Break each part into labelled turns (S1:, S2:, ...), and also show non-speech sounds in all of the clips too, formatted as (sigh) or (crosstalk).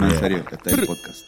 S1: en serio, que está el podcast.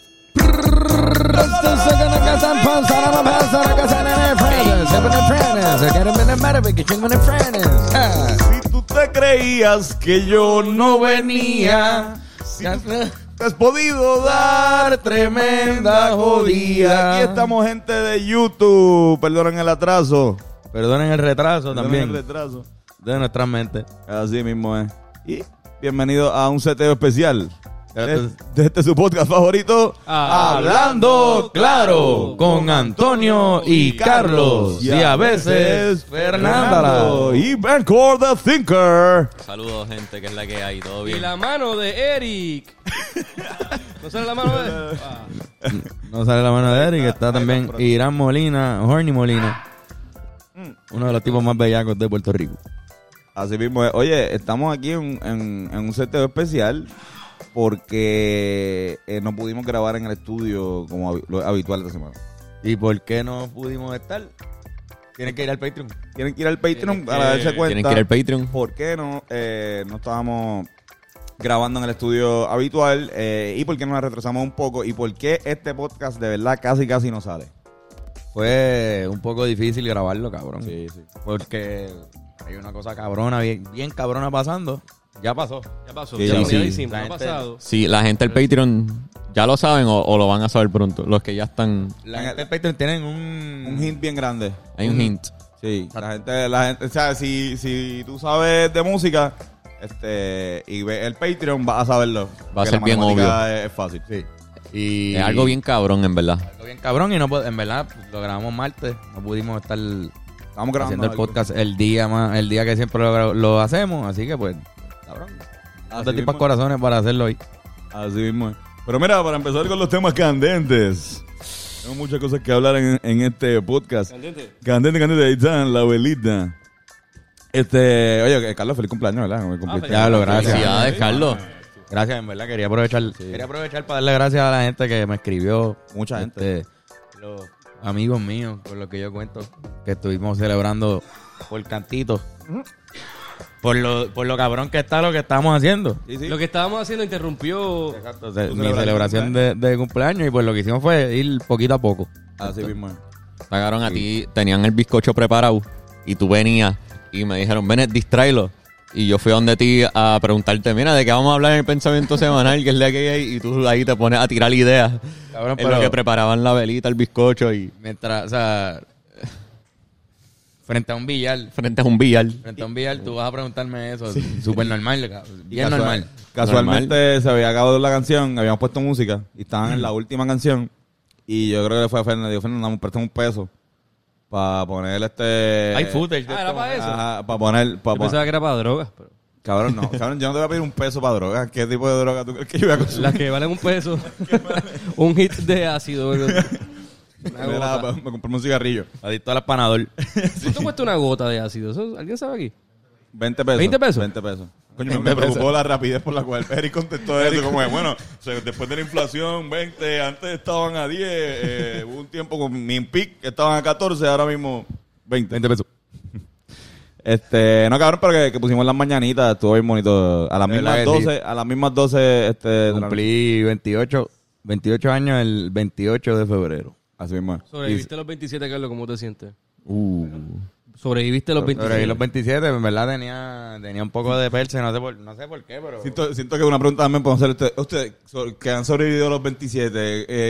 S2: Si tú te creías que yo no venía, si tú te has podido dar tremenda jodida. Aquí estamos gente de YouTube. Perdonen el atraso.
S3: (laughs) Perdonen el retraso
S2: Perdonen
S3: también
S2: el retraso.
S3: de nuestra mente.
S2: Así mismo es. Y bienvenido a un seteo especial. De,
S3: Gracias.
S2: de este su podcast favorito.
S3: Hablando claro con Antonio y Carlos y a veces Fernanda.
S2: Y Bancor the Thinker.
S4: Saludos, gente, que es la que hay, todo
S5: Y
S4: bien.
S5: la mano de
S4: (laughs)
S5: Eric. ¿No sale la mano de él? Ah,
S3: No sale la mano de Eric, está también Irán Molina, Horny Molina.
S2: Mm.
S3: Uno de los tipos más bellacos de Puerto Rico.
S2: Así mismo es. Oye, estamos aquí en, en- en un seteo especial porque eh, no pudimos grabar en el estudio como habi- lo habitual esta semana.
S3: ¿Y por qué no pudimos estar? Tienen que ir al Patreon.
S2: Tienen que ir al Patreon
S5: Tienen
S2: para
S5: que-
S2: darse cuenta
S4: Tienen que ir al Patreon.
S2: por qué no, eh, no estábamos grabando en el estudio habitual eh, y por qué nos retrasamos un poco y por qué este podcast de verdad casi casi no sale.
S3: Fue un poco difícil grabarlo, cabrón.
S2: sí.
S3: Porque hay una cosa cabrona, bien, bien cabrona pasando. Ya pasó.
S5: ya pasó.
S2: Sí,
S5: Ah,
S2: sí,
S5: ya lo- ya lo
S4: sí.
S5: hicimos,
S3: La
S5: ha
S3: gente-
S5: pasado.
S4: Sí, la gente del Patreon ya lo saben o, o lo van a saber pronto. Los que ya están.
S3: La gente del Patreon tienen un,
S2: Un hint bien grande.
S4: Hay un hint.
S2: Sí, la gente, la gente, o sea, si, si tú sabes de música este y ves el Patreon, vas a saberlo.
S4: Va a
S2: Que
S4: ser
S2: la
S4: bien
S2: matemática Es, es fácil.
S3: Sí. Y
S4: Es algo bien cabrón, en verdad.
S3: algo bien cabrón y no pod- en verdad lo grabamos martes, no pudimos estar
S2: Estamos grabando
S3: haciendo el
S2: algo.
S3: podcast el día más el día que siempre lo, gra- lo hacemos, así que pues cabrón.
S2: Así
S3: Tantos tipos
S2: mismo.
S3: corazones para hacerlo hoy.
S2: Así mismo. es. Pero mira, para empezar con los temas candentes. Tengo muchas cosas que hablar en, en este podcast.
S5: Candente.
S2: Candente, candente, ahí está la abuelita. Este, oye, que- Carlos, feliz cumpleaños, ¿verdad? Me cumpliste.
S3: Ah, Ya lo gracias.
S4: Felicidades, Carlos.
S3: Gracias, en verdad quería aprovechar quería aprovechar para darle gracias a la gente que me escribió,
S2: Mucha
S3: este, los amigos míos con los que yo cuento que estuvimos celebrando por cantito. Por lo, por lo cabrón que está lo que estamos haciendo.
S2: Sí, sí.
S5: Lo que estábamos haciendo interrumpió.
S3: Exacto, se-
S2: Tu
S3: mi
S2: celebración
S3: celebración de, de cumpleaños y pues lo que hicimos fue ir poquito a poco.
S2: Así mismo. es.
S4: Pagaron a ti, tenían el bizcocho preparado y tú venías y me dijeron, ven, distráelo. Y yo fui a donde ti a preguntarte, mira, ¿de qué vamos a hablar en el pensamiento semanal? que es la que hay? Y tú ahí te pones a tirar ideas.
S3: Cabrón,
S4: en lo
S3: pero-
S4: que preparaban la velita, el bizcocho y
S3: Mientras, o sea, (laughs) frente a un billar,
S4: frente a un billar.
S3: frente a un billar tú vas a preguntarme eso, súper normal, cabrón, bien
S2: Casual-
S3: normal.
S2: Casualmente se había acabado la canción, habíamos puesto música y estaban en la última canción. Y yo creo que le fue a Fernández. Digo, Fernández, préstame un peso para poner este.
S3: Hay footage. de
S5: Ah, era
S3: esto.
S5: para eso.
S2: Ajá, para poner. pa'
S5: Yo
S2: pon-
S5: pensaba que era para drogas. pero-
S2: Cabrón, no. Cabrón, yo no te voy a pedir un peso para drogas. ¿Qué tipo de droga tú crees que yo voy a consumir?
S5: Las que valen
S3: (laughs)
S5: un peso. un hit de ácido. bro. Una
S2: Mira,
S5: gota.
S2: me compré un cigarrillo.
S3: Adicto al panador.
S5: ¿Cuánto cuesta una gota de ácido? Eso- ¿Alguien sabe aquí?
S2: 20 pesos.
S5: 20 pesos.
S2: 20 pesos. Coño, me- me preocupó la rapidez por la cual Eric contestó eso. Como es, bueno, o sea, después de la inflación, 20, antes estaban a 10, eh, hubo un tiempo con mi pic, estaban a 14, ahora mismo 20. 20 pesos. Este, no cabrón, pero que, que pusimos las mañanitas, estuvo bien bonito. A las
S3: De
S2: mismas
S3: verdad que sí.
S2: 12, a las mismas 12, este, de la-
S3: Cumplí 28, 28 años el 28 de febrero.
S2: así mismo. es.
S5: Sobreviviste a los 27, Carlos. ¿Cómo te sientes?
S4: Uh.
S5: Sobreviviste a los
S3: Pero
S5: 27.
S3: y los 27, en verdad tenía, tenía un poco de perse, no sé por, no sé por qué, pero...
S2: Siento, siento que una pregunta también podemos hacer ustedes. Ustedes so- que han sobrevivido a los 27,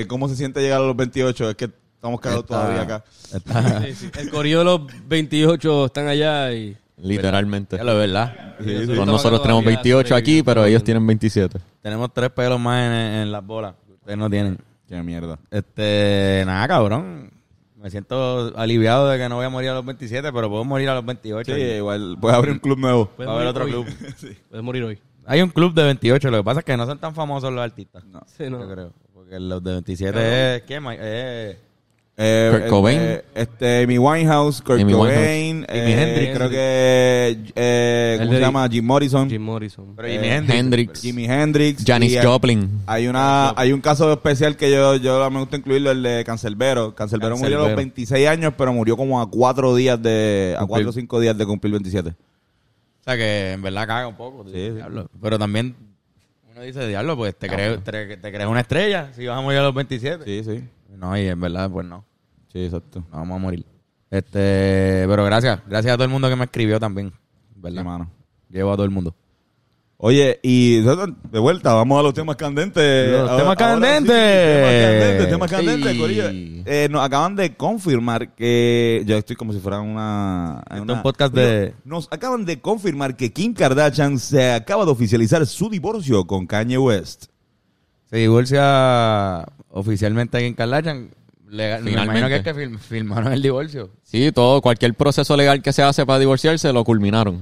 S2: eh, ¿cómo se siente llegar a los 28? Es que estamos cagados
S3: Está-
S2: todavía acá.
S5: (laughs) Sí, sí. El corillo de los 28 están allá y...
S4: Literalmente.
S3: Ya lo es verdad.
S2: Sí, sí.
S4: Con nosotros tenemos 28 aquí, pero ellos tienen 27.
S3: Tenemos tres pelos más en, en las bolas. que Ustedes no tienen.
S2: Qué mierda.
S3: Este, nada, cabrón. Me siento aliviado de que no voy a morir a los 27, pero puedo morir a los 28.
S2: Sí, igual, puedes abrir un club nuevo.
S3: Va a haber otro club.
S5: Puedes morir hoy.
S3: Hay un club de 28, lo que pasa es que no son tan famosos los artistas. No,
S5: Sí, no.
S3: yo creo. Porque los de 27 es... ¿Quién más? Eh,
S2: Eh,
S4: Kurt
S2: eh,
S4: Cobain.
S2: eh, este, Amy Winehouse, Kurt
S4: Amy
S2: Cobain, eh,
S3: Jimi Hendrix.
S2: creo que, eh, ¿cómo
S5: El
S2: se
S5: de-
S2: llama? Jim
S3: Mm.
S2: Morrison,
S5: Jim Morrison.
S3: pero
S2: Eh,
S3: Jimi Hendrix.
S4: Hendrix,
S2: Jimi Hendrix. y
S4: Janis
S2: hay-
S4: Joplin.
S2: Hay una, hay un caso especial que yo, yo me gusta incluirlo, el de Cancelbero. Cancelbero murió a los
S3: Canserbero.
S2: 26 años, pero murió como a cuatro días de, a
S3: Cumplir.
S2: cuatro o cinco días de cumplir 27.
S3: O sea que en verdad caga un poco.
S2: sí.
S3: diablo. Pero también uno Uno dice, diablo, pues te crees, te, te crees una estrella si vas a morir a los 27.
S4: Sí, sí.
S3: No, y en verdad, pues no.
S4: Sí, exacto.
S3: No vamos a morir. Este, pero gracias. Gracias a todo el mundo que me escribió también. ¿Verdad, mano? Llevo a todo el mundo.
S2: Oye, y de vuelta, vamos a los temas candentes.
S3: Los
S2: Ahora-
S3: temas
S2: ahora sí,
S3: candentes.
S2: temas candentes, temas candentes,
S4: Sí.
S2: Corillo. Eh, nos acaban de confirmar que. Yo estoy como si fuera una.
S3: Este es
S2: una-
S3: un podcast de-
S2: Nos acaban de confirmar que Kim Kardashian se acaba de oficializar su divorcio con Kanye West.
S3: Se divorcia oficialmente aquí en Kardashian. Legal- me
S4: Finalmente.
S3: imagino que es que fir- firmaron el divorcio.
S4: Sí, todo, cualquier proceso legal que se hace para divorciarse lo culminaron.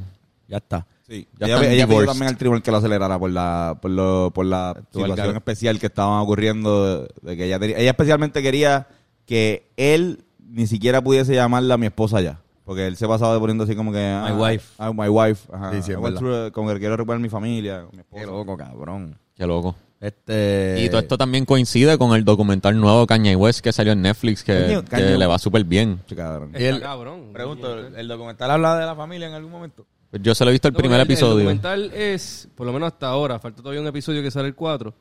S3: Ya está.
S2: Sí,
S4: Ya
S2: ella,
S4: están
S2: ella pidió
S4: divorced.
S2: también al tribunal que lo acelerara por la, por lo- por la situación
S3: algarve.
S2: especial que estaban ocurriendo. de- de que ella, tenía- ella especialmente quería que él ni siquiera pudiese llamarla mi esposa ya. Porque él se pasaba de poniendo así como que... ah,
S3: wife.
S2: ah, my wife. Ajá.
S3: Sí, sí, es
S2: I want
S3: verdad.
S2: to, eh, como que quiero recuperar mi familia, mi esposa.
S3: Qué loco, cabrón.
S4: Qué loco.
S3: Este.
S2: Eh.
S4: Y todo esto también coincide con el documental nuevo Kanye West que salió en Netflix que,
S2: Coño, Kanye-
S4: que le va súper bien.
S2: Sí, cabrón.
S3: Y el-
S5: Está cabrón.
S3: Eh, Pregunto,
S5: El,
S3: ¿el documental habla de la familia en algún momento?
S4: Pues Yo se lo he visto el primer
S5: El
S4: episodio.
S5: documental es, por lo menos hasta ahora, falta todavía un episodio que sale el 4.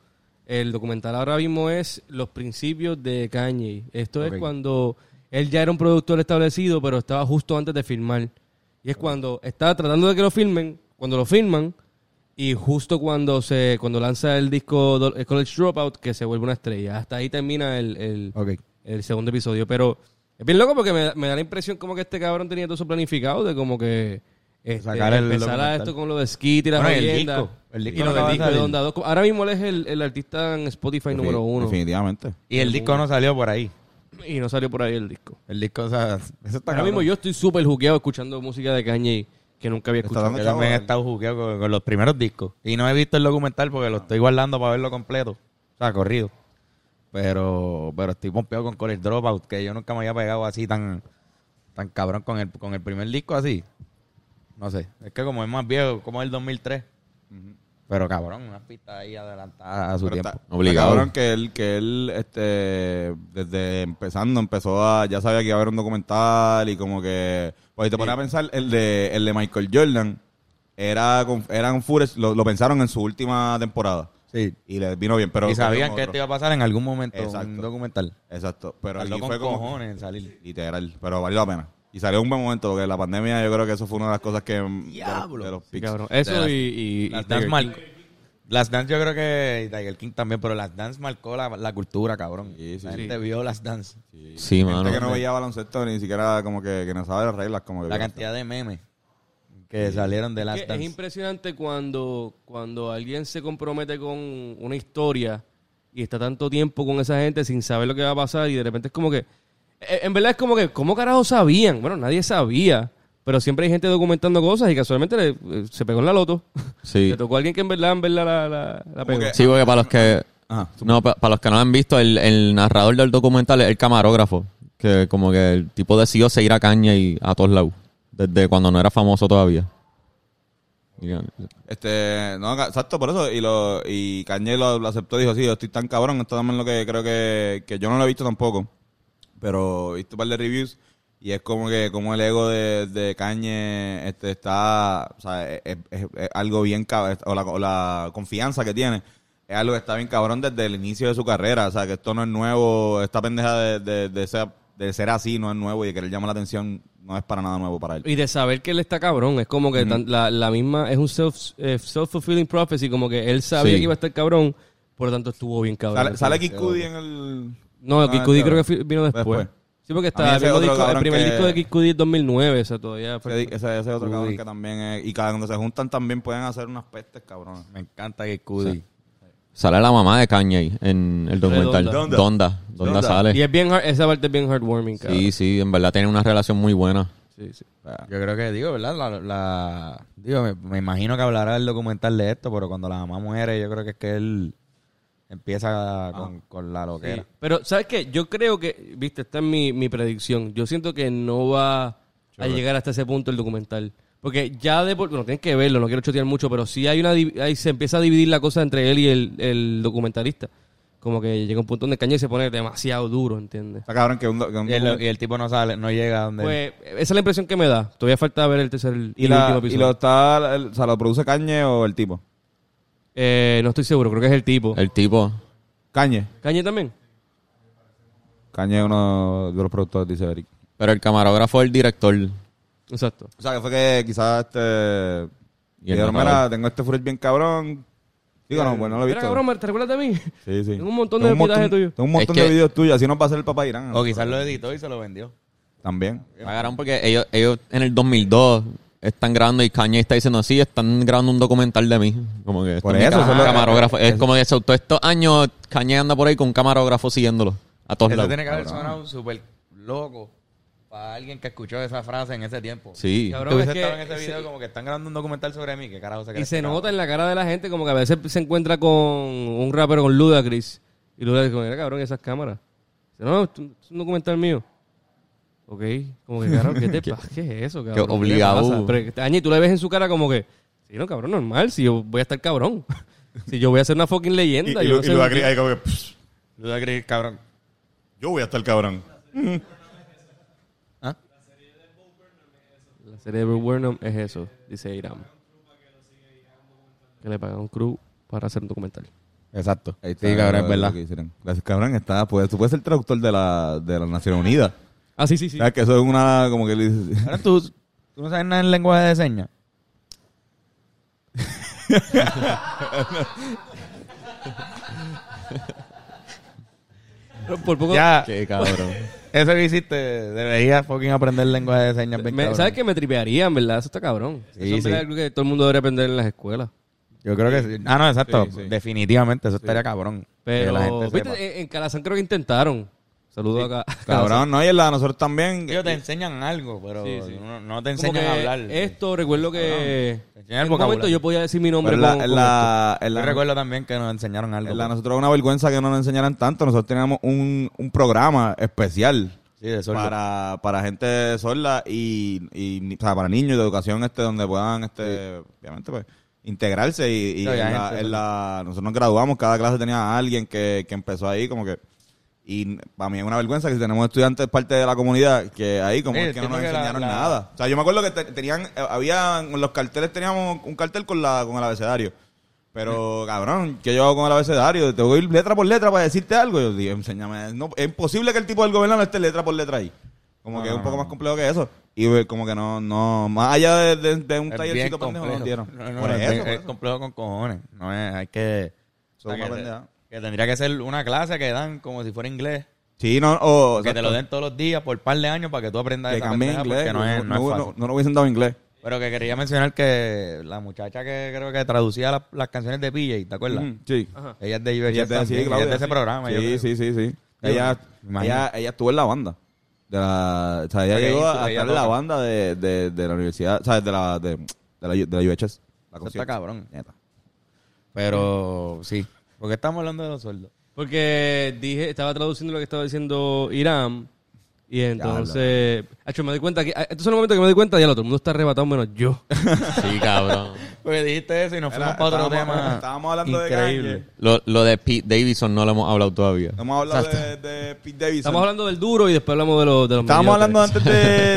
S5: El documental ahora mismo es los principios de Kanye. Esto
S3: Ok.
S5: es cuando él ya era un productor establecido, pero estaba justo antes de firmar. Y es cuando estaba tratando de que lo filmen, cuando lo filman, y justo cuando se cuando lanza el disco Do- el College Dropout, que se vuelve una estrella. Hasta ahí termina el, el-
S3: Ok.
S5: el segundo episodio. Pero es bien loco porque me, me da la impresión como que este cabrón tenía todo eso planificado de como que este,
S3: Sacar el
S5: empezar a
S3: documental.
S5: esto con lo de Skit y la
S3: Bueno, y el
S5: leyenda.
S3: disco. El disco
S5: y
S3: no
S5: lo del
S3: acaba de
S5: disco de
S3: salir.
S5: Onda Dos. Ahora mismo él es el, el artista en Spotify número
S2: Defi-
S5: uno.
S2: Definitivamente.
S3: Y el disco no salió por ahí.
S5: Y no salió por ahí el disco.
S3: El disco, o sea, eso está
S5: Ahora mismo yo estoy súper jugueado escuchando música de Kanye que nunca había
S2: Está
S5: escuchado.
S2: dando-
S3: Yo también he estado jugueado con, con los primeros discos. Y no he visto el documental porque lo estoy guardando para verlo completo. O sea, corrido. Pero, pero estoy pompeado con College Dropout, que yo nunca me había pegado así tan, tan cabrón con el, con el primer disco así. No sé. Es que como es más viejo, como es el 2003. Pero cabrón, una pista ahí adelantada a su
S2: Pero
S3: tiempo.
S2: está-
S4: Obligado.
S2: está cabrón que él, que él este, desde empezando empezó a, ya sabía que iba a haber un documental y como que, pues si te pones a pensar, el de, el de Michael Jordan era, con- eran fures, lo, lo pensaron en su última temporada
S3: Sí.
S2: y les vino bien, pero
S3: y sabían
S2: cogieron
S3: que este
S2: otro.
S3: esto iba a pasar en algún momento, un
S2: Exacto.
S3: documental.
S2: Exacto, pero
S3: Tardó
S2: aquí
S3: con
S2: fue como,
S3: cojones en salir.
S2: literal, pero valió la pena. Y salió un buen momento, porque la pandemia yo creo que eso fue una de las cosas que... de
S3: Diablo.
S2: los- De los
S5: Sí,
S2: picks.
S5: cabrón. Eso y, y- y
S3: Las
S5: Tiger
S3: Dance
S5: King.
S3: marcó. Las Dance yo creo que y Tiger King también, pero las Dance marcó la, la cultura, cabrón.
S2: Sí, sí,
S3: la
S2: sí.
S3: gente vio las Dance.
S4: Sí,
S2: Gente
S4: mano.
S2: que no veía baloncesto ni siquiera como que, que no sabe las reglas. Como que
S3: La cantidad de memes que salieron de las
S5: Que es
S3: Dance.
S5: impresionante cuando, cuando alguien se compromete con una historia y está tanto tiempo con esa gente sin saber lo que va a pasar y de repente es como que... eh, En verdad es como que, ¿cómo carajo sabían? Bueno, nadie sabía, pero siempre hay gente documentando cosas y casualmente le- eh, se pegó en la loto. (laughs)
S4: Sí.
S5: Le tocó a alguien que en verdad, en verdad la, la, la pegó.
S2: que-
S4: Sí, porque para los que
S2: Ajá.
S4: no, pa- para los que no han visto, el, el narrador del documental es el camarógrafo. Que como que el tipo decidió seguir a Caña y a todos lados. Desde cuando no era famoso todavía. Y-
S2: Este, no, ca- exacto, por eso. Y lo y Kanye lo, lo aceptó, dijo, sí, yo estoy tan cabrón, esto también es lo que creo que, que yo no lo he visto tampoco. Pero he visto un par de reviews y es como que como el ego de, de Kanye este, está, o sea, e, es, es- es algo bien cabrón, o la, o la confianza que tiene. Es algo que está bien cabrón desde el inicio de su carrera. O sea, que esto no es nuevo. Esta pendeja de, de, de ser, de ser así no es nuevo y de querer llamar la atención no es para nada nuevo para él.
S5: Y de saber que él está cabrón, es como que tan- la, la misma, es un self, eh, self-fulfilling prophecy, como que él sabía
S4: Sí.
S5: que iba a estar cabrón, por lo tanto estuvo bien cabrón.
S2: Sale, sale Kid Cudi en el.
S5: No,
S2: Ah,
S5: Kid Cudi
S2: claro.
S5: creo que fi- vino después.
S2: Después.
S5: Sí, porque
S2: A mí
S5: está el,
S2: ese
S5: mismo
S2: otro
S5: disco- el
S2: cabrón
S5: primer
S2: que-
S5: disco de Kid Cudi es 2009, o sea, todavía fue-
S2: Ese, ese- ese otro cabrón
S3: Cudi.
S2: que también es. Y cada cuando se juntan también pueden hacer unas pestes, cabrón.
S3: Me encanta que Cudi.
S4: Sale la mamá de Caña en el documental.
S2: Donda.
S4: Donda. Donda,
S2: Donda.
S5: Y
S4: sale.
S5: es bien, hard- esa parte es bien heartwarming, cabrón.
S4: Sí, sí, en verdad tienen una relación muy buena.
S5: Sí, sí.
S3: Yo creo que, digo, ¿verdad? La, la- digo, me, me imagino que hablará el documental de esto, pero cuando la mamá muere, yo creo que es que él empieza con, con la loquera.
S5: Pero, ¿sabes qué? Yo creo que, viste, esta es mi, mi predicción. Yo siento que no va a llegar hasta ese punto el documental. Porque ya de por... Bueno, tienen que verlo, no quiero chotear mucho, pero sí hay una... div- Ahí se empieza a dividir la cosa entre él y el, el documentalista. Como que llega un punto donde Cañé se pone demasiado duro, ¿entiendes?
S2: Está cabrón que un. do- que un
S3: Y, el,
S2: documental-
S3: y el tipo no sale, no llega a donde...
S5: Pues, esa es la impresión que me da. Todavía falta ver el tercer
S2: y,
S5: y,
S2: la-
S5: último
S2: y
S5: episodio.
S2: lo está. el- o sea, lo produce Cañe o el tipo.
S5: Eh, no estoy seguro, creo que es el tipo.
S4: El tipo.
S2: Cañe.
S5: ¿Cañe también?
S2: Cañe es uno de los productores, dice Eric.
S4: Pero el camarógrafo es el director.
S5: Exacto.
S2: O sea, que fue que quizás este.
S4: Y el
S2: dijeron,
S4: matador.
S2: mira, tengo este footage bien cabrón. Digo, no, pues no lo he
S5: Mira,
S2: visto.
S5: cabrón, ¿te recuerdas de mí?
S2: Sí, sí.
S5: Tengo un montón
S2: Tengo
S5: de pitaje tuyo.
S2: Tengo un montón
S4: Es que-
S2: de videos tuyos. Así nos va a hacer el papá de Irán.
S3: O quizás lo editó y se lo vendió.
S2: También.
S4: Pagaron porque ellos, ellos en el 2002 están grabando y Kanye está diciendo, sí, están grabando un documental de mí. Como que esto
S2: Por
S4: es mi
S2: eso,
S4: cama-
S2: eso es lo-
S4: camarógrafo. Es como que eso, todos estos años Kanye anda por ahí con un camarógrafo siguiéndolo a todos
S3: Eso
S4: lados.
S3: tiene que haber sonado súper loco para alguien que escuchó esa frase en ese tiempo.
S4: Sí.
S5: Cabrón.
S3: Que hubiese
S5: es que-
S3: estado en ese video
S5: sí.
S3: como que están grabando un documental sobre mí. ¿Qué carajo se cree
S5: Y se
S3: este
S5: nota
S3: cabrón?
S5: en la cara de la gente como que a veces se encuentra con un rapero con Ludacris. Y Ludacris como, mira cabrón, esas cámaras. Dice, no, esto es un documental mío. Ok, como que cabrón,
S2: (laughs)
S5: ¿qué te pasa? ¿Qué es eso, cabrón? ¿Qué le
S4: obligado.
S5: pasa? Pero, Añi, tú le ves en su cara como que, sí, no, cabrón, normal, si yo voy a estar cabrón. (laughs) si yo voy a ser una fucking
S2: Y, y,
S5: leyenda. yo
S2: lo-
S5: no
S2: y
S5: sé
S2: lo
S5: por
S2: agri-
S5: qué".
S2: ahí como que, "Pss,
S3: Ludacris, cabrón.
S2: yo voy a estar cabrón.
S3: ¿Ah?
S5: La serie de Bruce Burnham es eso, dice Iram. Que le pagan un crew para hacer un documental.
S3: Exacto.
S2: Ahí está
S3: sí, cabrón, es
S2: lo
S3: verdad.
S2: que hicieron. Gracias, cabrón. Está, pues, tú puedes ser traductor de la, de la Nación Unida.
S5: Ah, sí, sí, sí.
S2: O sea, que eso es una, como que le dices-
S3: Cabrón, ¿tú, tú no sabes nada en lenguaje de señas.
S5: Pero Por poco...
S3: Ya,
S4: Qué cabrón.
S3: (laughs) eso que hiciste, deberías fucking aprender lenguaje de señas. bien
S5: Me-
S3: cabrón.
S5: ¿Sabes qué? Me tripearían, ¿verdad? Eso está cabrón.
S3: Sí,
S5: eso en
S3: sí.
S5: verdad es algo que todo el mundo debería aprender en las escuelas.
S3: Yo creo que sí. Ah, no, exacto.
S2: Sí, sí.
S3: Definitivamente, eso estaría cabrón. que
S5: Pero,
S3: la gente
S5: viste, Eh,
S3: sepa.
S5: en, en Calazán creo que intentaron. Saludos acá.
S2: (laughs) Cabrón, no, y en la de nosotros también.
S3: Ellos te enseñan algo, pero
S5: eh, Sí, sí.
S3: No, no te
S5: (laughs) Como
S3: enseñan
S5: que
S3: a hablar.
S5: Esto, recuerdo que...
S3: Te
S5: En
S3: enseñan el
S5: algún momento
S3: vocabulario.
S5: yo podía decir mi
S2: Pero
S5: nombre
S2: en la,
S5: con-
S2: en
S5: con
S2: la, en
S3: Yo
S2: la-
S3: recuerdo también que nos enseñaron algo.
S2: en la nosotros era una vergüenza que no nos enseñaran tanto. Nosotros teníamos un, un programa especial
S3: sí, de sordo.
S2: para, para gente sorda y, y ni- o sea, para niños de educación este donde puedan este obviamente pues integrarse y, y
S3: Sí,
S2: en
S3: había
S2: la-
S3: gente,
S2: en
S3: sí.
S2: la- nosotros nos graduamos cada clase tenía a alguien que, que empezó ahí como que y para mí es una vergüenza que si tenemos estudiantes parte de la comunidad que ahí como
S3: Sí,
S2: es que no
S3: entiendo
S2: nos
S3: que la-
S2: enseñaron
S3: la-
S2: nada o sea yo me acuerdo que te- tenían eh, había en los carteles teníamos un cartel con la con el abecedario pero, cabrón, ¿qué yo hago con el abecedario? Tengo que ir letra por letra para decirte algo. Yo digo, enséñame. No, es imposible que el tipo del gobierno no esté letra por letra ahí. Como que es un poco más complejo que eso. Y eh, como que no, no, más allá de, de- de un
S3: Es bien
S2: tallercito pendejo, no nos
S3: complejo.
S2: dieron.
S3: No, no,
S2: por
S3: es,
S2: eso,
S3: bien-
S2: por
S3: es
S2: eso.
S3: complejo con cojones. No es, hay que.
S2: Son
S3: o sea,
S2: una
S3: que,
S2: pendeja.
S3: que tendría que ser una clase que dan como si fuera inglés.
S2: Sí, no, o.
S3: que te
S2: exacto.
S3: lo den todos los días por par de años para que tú aprendas
S2: Que
S3: esa
S2: cambien
S3: pendeja,
S2: inglés.
S3: porque no es, no es fácil.
S2: no lo hubiesen dado inglés.
S3: Pero que quería mencionar que la muchacha que creo que traducía las- las canciones de PJ, ¿te acuerdas?
S2: Ujú, Sí.
S5: Ajá.
S3: Ella es de IBJ
S2: Ella es de- sí,
S3: también, ella
S2: Claudia,
S3: es de ese
S2: sí.
S3: programa. yo
S2: Sí,
S3: creo.
S2: sí, sí, sí.
S3: Digo,
S2: Ella,
S3: imagínate.
S2: ella, ella estuvo en la banda. De la, o sea, ella
S3: Porque
S2: llegó a
S3: hizo-
S2: estar
S3: ella
S2: en la
S3: toca.
S2: banda de, de, de la universidad, ¿sabes? De la, de, de la, de la UHS. La
S3: Eso
S2: consciente.
S3: está cabrón.
S2: Neta.
S3: Pero sí. Porque estamos hablando de los sueldos.
S5: Porque dije, estaba traduciendo lo que estaba diciendo Irán. Y entonces. Hacho, me doy cuenta que. ah, Entonces, en el momento que me doy cuenta, ya lo, todo el mundo está arrebatado menos yo.
S4: (laughs) Sí, cabrón.
S3: Porque dijiste eso y nos fuimos
S2: Era-
S3: para otro
S2: estábamos-
S3: tema.
S2: estábamos hablando de Kanye.
S4: Lo, lo de Pete Davidson no lo hemos hablado todavía.
S2: Hemos hablado de, de Pete Davidson.
S5: Estamos hablando del duro y después hablamos de los. De los
S2: Estábamos hablando
S5: mediocres.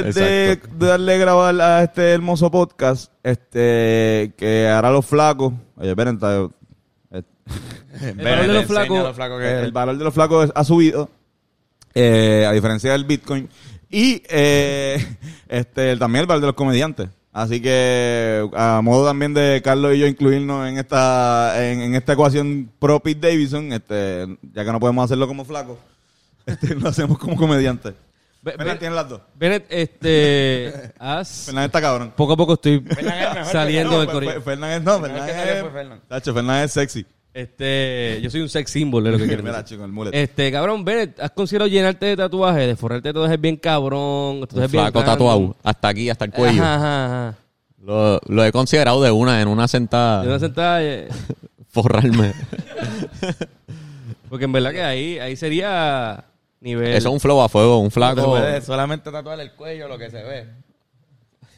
S2: antes de, de- de darle grabar a este hermoso podcast, este que hará los flacos. Oye, esperen, está- eh,
S5: El valor de los flacos.
S2: el valor de los flacos ha subido, eh, a diferencia del Bitcoin. Y eh, (laughs) este también el valor de los comediantes. Así que a modo también de Carlos y yo incluirnos en esta en, en esta ecuación pro Pete Davidson, este, ya que no podemos hacerlo como flacos, (laughs) este, lo hacemos como comediantes.
S3: Eh,
S5: Ve-
S2: Fernan
S5: ve-
S2: tiene las dos.
S5: Bennett, este. haz-
S2: Fernan está cabrón.
S5: Poco a poco estoy
S3: es mejor que
S5: saliendo
S2: No,
S5: del
S2: Fer-
S5: corillo.
S2: Fer- Fernan es- no,
S3: Fernan
S2: Fernan
S3: es que se fue, Fernan.
S2: es... Tacho, Fernan es sexy.
S5: Este, yo soy un sex symbol, es lo que quiero
S2: Mira,
S5: decir.
S2: chico, el mullet.
S5: Este, cabrón, Bennett, ¿has considerado llenarte de tatuajes? De forrarte de tatuajes bien cabrón.
S4: Un
S5: tatuajes bien
S4: flaco
S5: random.
S4: tatuado. Hasta aquí, hasta el cuello.
S5: Ajá, ajá, ajá.
S4: Lo, lo he considerado de una, en una sentada.
S5: De una sentada, eh,
S4: Forrarme.
S5: Porque en verdad que ahí, ahí sería nivel.
S4: Eso es un flow a fuego, un
S3: Te
S4: flaco.
S3: puedes solamente tatuar el cuello, lo que se ve.
S5: (laughs)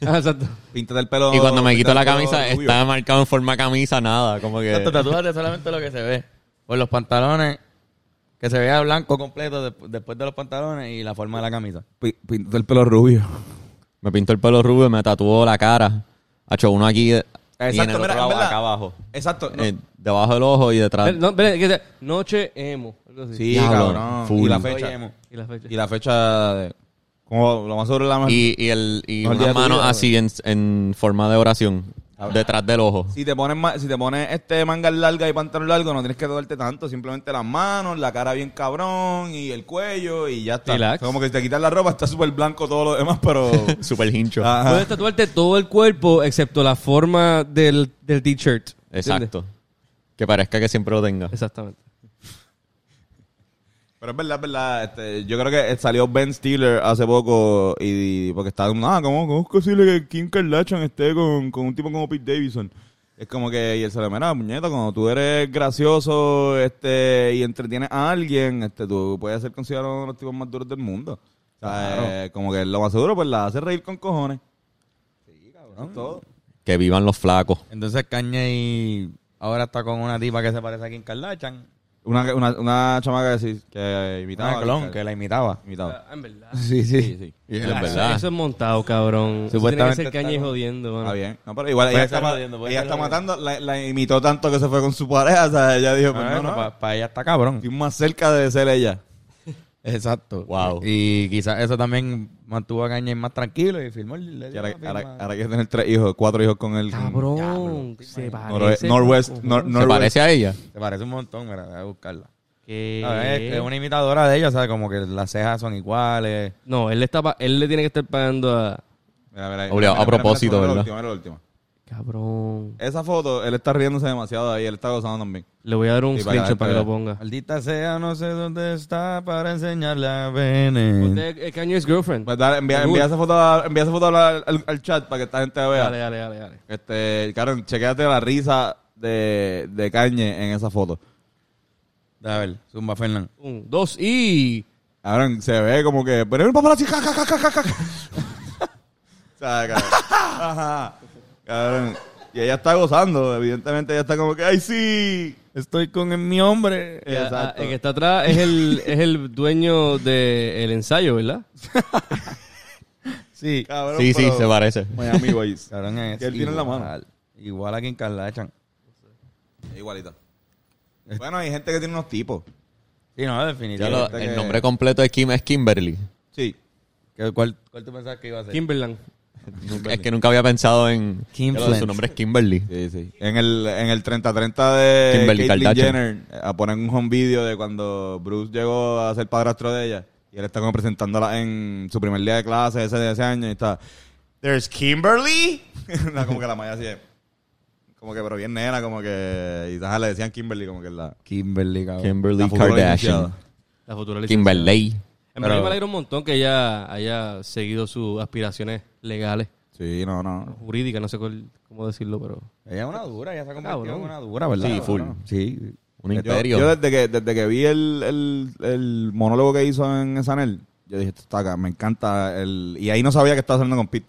S5: Ah, exacto.
S2: Píntate el pelo.
S4: Y cuando me quito la
S2: píntate el
S4: camisa,
S2: pelo rubio.
S4: está marcado en forma camisa, nada. Como que.
S3: Te tatúate solamente lo que se ve. Por los pantalones, que se vea blanco completo de- después de los pantalones y la forma de la camisa.
S2: Pi- Píntate el pelo rubio.
S4: Me pintó el pelo rubio, me tatuó la cara. Ha hecho uno aquí. y en el
S2: Ah, Exacto,
S4: otro
S2: mira,
S4: lado,
S2: en verdad.
S4: acá abajo.
S2: Exacto. no.
S4: Eh, debajo del ojo y detrás.
S5: Pero, no, espérate, que sea, noche emo. algo así.
S2: Sí,
S4: Diablo,
S2: cabrón.
S4: full.
S2: Y la fecha.
S5: Y la fecha.
S2: Y la fecha de. Como lo más sobre la mesa.
S4: Y, y, el, y
S2: No
S4: unas
S2: olvides tu
S4: manos
S2: vida,
S4: así en, en forma de oración. Detrás del ojo.
S2: Si te pones ma- si te pones este manga larga y pantalón largo, no tienes que tocarte tanto, simplemente las manos, la cara bien cabrón y el cuello y ya está.
S5: Relax.
S2: O sea, como que si te quitas la ropa está súper blanco todo lo demás, pero
S4: (laughs) Super hincho.
S2: Ajá.
S5: Puedes tatuarte todo el cuerpo excepto la forma del, del t-shirt. ¿entiendes?
S4: Exacto. Que parezca que siempre lo tenga.
S5: Exactamente.
S2: Pero es verdad, es verdad. Este, yo creo que salió Ben Stiller hace poco y porque estaba, ah, ¿cómo, cómo es posible que Kim Kardashian esté con, con un tipo como Pete Davidson? Es como que, y él se le mira, muñeca, cuando tú eres gracioso este y entretienes a alguien, este tú puedes ser considerado uno de los tipos más duros del mundo. O sea, eh, como que lo más seguro, pues la hace reír con cojones. Sí, cabrón. Todo.
S4: Que vivan los flacos.
S3: Entonces Kanye ahora está con una tipa que se parece a Kim Kardashian.
S2: Una, una, una chamaca que, sí, que imitaba.
S3: Una Ah, clon que la imitaba.
S2: imitaba.
S5: Ah, en verdad.
S3: Sí, sí.
S4: Es
S5: Ah, eso-
S4: verdad.
S5: Eso es montado, cabrón.
S3: Supuestamente
S5: Supuestamente tiene que ser
S3: está
S5: caña y
S3: con-
S5: jodiendo, mano.
S2: Está bien. No, pero igual ella
S3: Puede
S2: está,
S3: ser
S2: ma-
S3: jodiendo, puede
S2: ella
S3: ser
S2: está
S3: jodiendo. Ah,
S2: matando, la, la imitó tanto que se fue con su pareja, o sea, ella dijo, pues no, no,
S3: Para ella está cabrón.
S2: estoy más cerca de ser ella.
S3: Exacto.
S4: Wow.
S3: Y quizás eso también mantuvo a Kanye más tranquilo y firmó el. le
S2: Y
S3: dio
S2: ahora,
S3: la firma.
S2: ahora, ahora quiere tener tres hijos, cuatro hijos con él.
S5: Cabrón.
S2: Noroe-
S5: Se parece.
S2: Norwest, Nor-
S4: ¿Se
S2: Norwest.
S4: parece a ella?
S3: Se parece un montón, mira, voy a buscarla.
S5: ¿Qué?
S3: A ver, este, es una imitadora de ella, ¿sabes? Como que las cejas son iguales.
S5: No, él le, está pa- él le tiene que estar pagando a...
S2: Mira, mira, mira,
S4: Obligado,
S2: mira, mira,
S4: a propósito,
S2: mira, mira,
S4: ¿verdad?
S2: mira, mira, la última, mira,
S5: Cabrón.
S2: la última. Esa foto, él está riéndose demasiado ahí, él está gozando también.
S5: Le voy a dar un
S2: Sí, para
S5: screenshot para que
S2: para-
S5: lo ponga.
S3: Maldita sea, no sé dónde está para enseñarle a Bene.
S5: Usted, eh, Kanye's girlfriend.
S2: Pues dale, envía, envía esa foto, a- envía esa foto al, al- al chat para que esta gente la vea.
S5: Dale, dale, dale, dale.
S2: Este, Karen, chequéate la risa de, de Kanye en esa foto.
S3: A ver, Zumba Fernán.
S5: Un, dos y...
S2: Cabrón, se ve como que. Pero el paparazzi, ja, ja, ja, ja, ja, ja. (laughs) O sea, cabrón. Ajá. Cabrón. Y ella está gozando, evidentemente ella está como que, ¡ay sí!
S3: Estoy con mi hombre.
S5: Eh, ah,
S2: Exacto.
S5: El que está atrás es el, es el dueño del ensayo, ¿verdad?
S3: Sí.
S2: Cabrón,
S4: Sí, sí,
S2: pero-
S4: se parece.
S2: Miami
S4: (laughs)
S2: Boys.
S3: Cabrón, es
S2: Que él tiene en la mano.
S3: igual- Igual a Kim Kardashian.
S2: Igualita. Bueno, hay gente que tiene unos tipos.
S3: Sí, no,
S4: Ya
S3: definitivamente.
S4: lo-
S2: Este que-
S4: el nombre completo de Kim es Kimberly.
S2: Sí.
S3: ¿Qué- cuál, ¿Cuál tú pensabas que iba a ser?
S5: Kimberland.
S4: Es que nunca había pensado en...
S3: Kim
S4: Ya lo- Su
S3: Flint.
S4: nombre es Kimberly.
S2: Sí, sí. En el, en el 30-30 de
S4: Kimberly
S2: Caitlyn
S4: Kardashian.
S2: Jenner, eh, a poner un home video de cuando Bruce llegó a ser padrastro de ella. Y él está como presentándola en su primer día de clase ese de ese año y está... (laughs) There's Kimberly. No, como que la malla así de- Como que, pero bien nena, como que... Y ajá, le decían Kimberly, como que la...
S3: Kimberly, cabrón.
S4: Kimberly
S2: la futura
S4: Kardashian.
S2: licenciada.
S5: La futura licenciada.
S4: Kimberly.
S5: En verdad
S3: Pero-
S5: me alegra un montón que ella haya seguido sus aspiraciones legales,
S2: Sí, no, no.
S5: jurídicas, no sé cuál- cómo decirlo, pero...
S3: Ella es una dura, ella se ha convertido
S5: Cabrón.
S3: en una dura, ¿verdad?
S4: Sí, full.
S3: Sí.
S4: Un
S2: Yo,
S4: imperio.
S2: yo desde que desde que vi el, el, el monólogo que hizo en Sanel, yo dije, esto está acá, me encanta. El... Y ahí no sabía que estaba saliendo con Pete.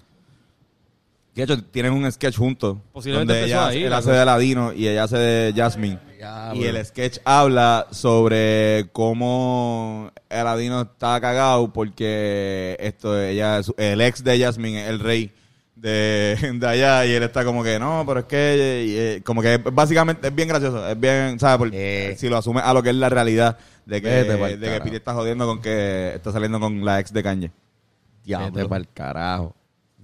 S2: De hecho, tienen un sketch juntos.
S5: Posiblemente
S2: donde
S5: empezó
S2: ella,
S5: ahí,
S2: él
S5: la
S2: hace de Ladino y ella hace de Jasmine.
S3: Diablo.
S2: y el sketch habla sobre cómo el Ladino está cagado porque esto ella su- el ex de Jasmine es el rey de, (laughs) de allá y él está como que no, pero es que y, eh, como que es- básicamente es bien gracioso, es bien, ¿sabes? Por-
S3: Eh.
S2: Si lo asume a lo que es la realidad de que,
S3: Vete pa'l
S2: de que
S3: carajo.
S2: Pete está jodiendo con que está saliendo con la ex de Kanye.
S3: Vete pa'l carajo.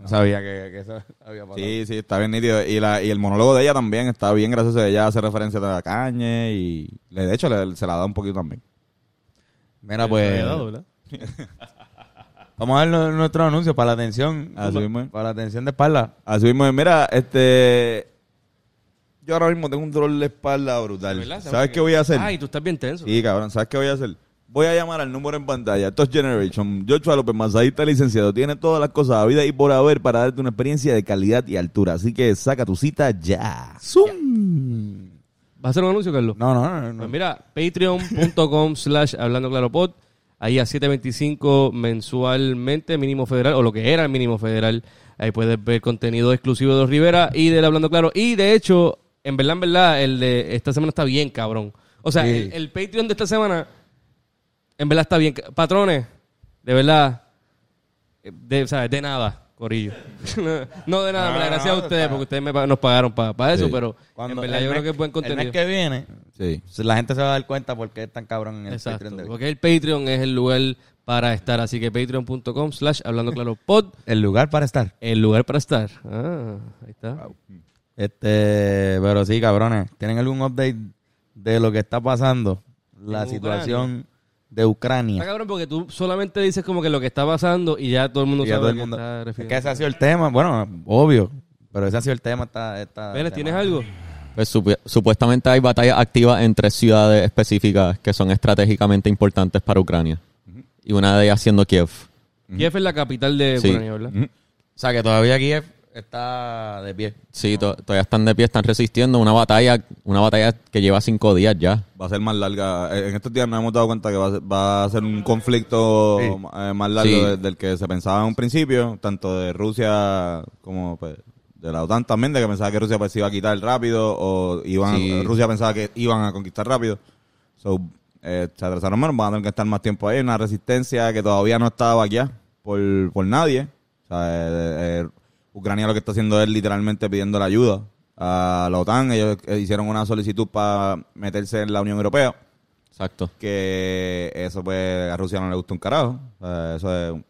S3: No sabía que, que eso (laughs) había pasado.
S2: Sí, sí, está bien nítido. Y, la, y el monólogo de ella también está bien gracioso. Ella hace referencia a la caña y le- de hecho le- se la da un poquito también.
S3: Mira,
S5: Había
S2: Eh,
S3: pues.
S5: dado, ¿verdad?
S3: Vamos a ver lo- nuestro anuncio para la atención.
S2: Así mismo es.
S3: Para la atención de espalda.
S2: Así mismo, mira, este. Yo ahora mismo tengo un dolor de espalda brutal.
S5: ¿Verdad?
S2: ¿Sabes qué voy a hacer?
S5: Ay, tú estás bien tenso.
S2: Sí, cabrón, ¿sabes qué voy a hacer? Voy a llamar al número en pantalla, Touch Generation. Joshua López Mazadita, licenciado. Tiene todas las cosas a vida y por haber para darte una experiencia de calidad y altura. Así que saca tu cita ya.
S3: ¡Zum!
S5: ¿Vas a hacer un anuncio, Carlos?
S3: No, no, no. no.
S5: Pues mira, patreon.com slash hablando claro pod. Ahí a 7.25 mensualmente, mínimo federal, o lo que era el mínimo federal. Ahí puedes ver contenido exclusivo de los Rivera y del Hablando Claro. Y de hecho, en verdad, en verdad, el de esta semana está bien, cabrón. O sea,
S3: Sí.
S5: el, el Patreon de esta semana, en verdad está bien. Patrones, de verdad, de, ¿sabes? de nada. Corillo. (laughs) no, de nada,
S3: No,
S5: me la
S3: no,
S5: gracias a
S3: no,
S5: ustedes
S3: está-
S5: porque ustedes me pa- nos pagaron para eso,
S4: Sí.
S5: pero en verdad
S3: el
S5: yo creo
S3: mes-
S5: que es buen
S3: El
S5: contenido.
S3: mes que viene,
S4: Sí.
S3: la gente se va a dar cuenta por qué es tan cabrón en el
S5: Exacto.
S3: Patreon de hoy.
S5: Porque el Patreon es el lugar para estar. Así que patreon.com slash hablando claro pod.
S3: El lugar para estar.
S5: El lugar para estar. Ah, ahí está.
S3: Este, pero sí, cabrones, ¿tienen algún update de lo que está pasando? La
S5: En
S3: situación de
S5: Está
S3: Ucrania.
S5: cabrón porque tú solamente dices como que lo que está pasando y ya todo el mundo
S3: Y a
S5: sabe
S3: todo
S5: a
S3: el
S5: qué
S3: mundo-
S5: está
S3: es
S5: refiriendo.
S3: que ese ha sido el tema, bueno, obvio, pero ese ha sido el tema esta, esta
S5: Vélez, ¿tienes
S3: semana.
S5: algo?
S4: Pues supu- supuestamente hay batallas activas en tres ciudades específicas que son estratégicamente importantes para Ucrania. Y una de ellas siendo Kiev.
S3: Mm.
S5: Kiev es la capital de
S4: Sí.
S5: Ucrania, ¿verdad?
S3: O sea, que todavía Kiev está de pie.
S4: Sí, to- todavía están de pie, están resistiendo una batalla, una batalla que lleva cinco días ya.
S2: Va a ser más larga. Eh, En estos días nos hemos dado cuenta que va a ser, va a ser un conflicto
S3: Sí.
S2: eh, más largo
S4: Sí.
S2: de- del que se pensaba en un principio, tanto de Rusia como pues, de la OTAN también, de que pensaba que Rusia pues, se iba a quitar rápido o iban,
S4: Sí.
S2: Rusia pensaba que iban a conquistar rápido. So, eh, se atrasaron menos, van a tener que estar más tiempo ahí. Una resistencia que todavía no estaba aquí por, por nadie. O sea, eh, eh, Ucrania lo que está haciendo es literalmente pidiendo la ayuda a la OTAN. Ellos eh, hicieron una solicitud para meterse en la Unión Europea.
S4: Exacto.
S2: Que eso, pues, a Rusia no le gusta un carajo. O sea, eso es-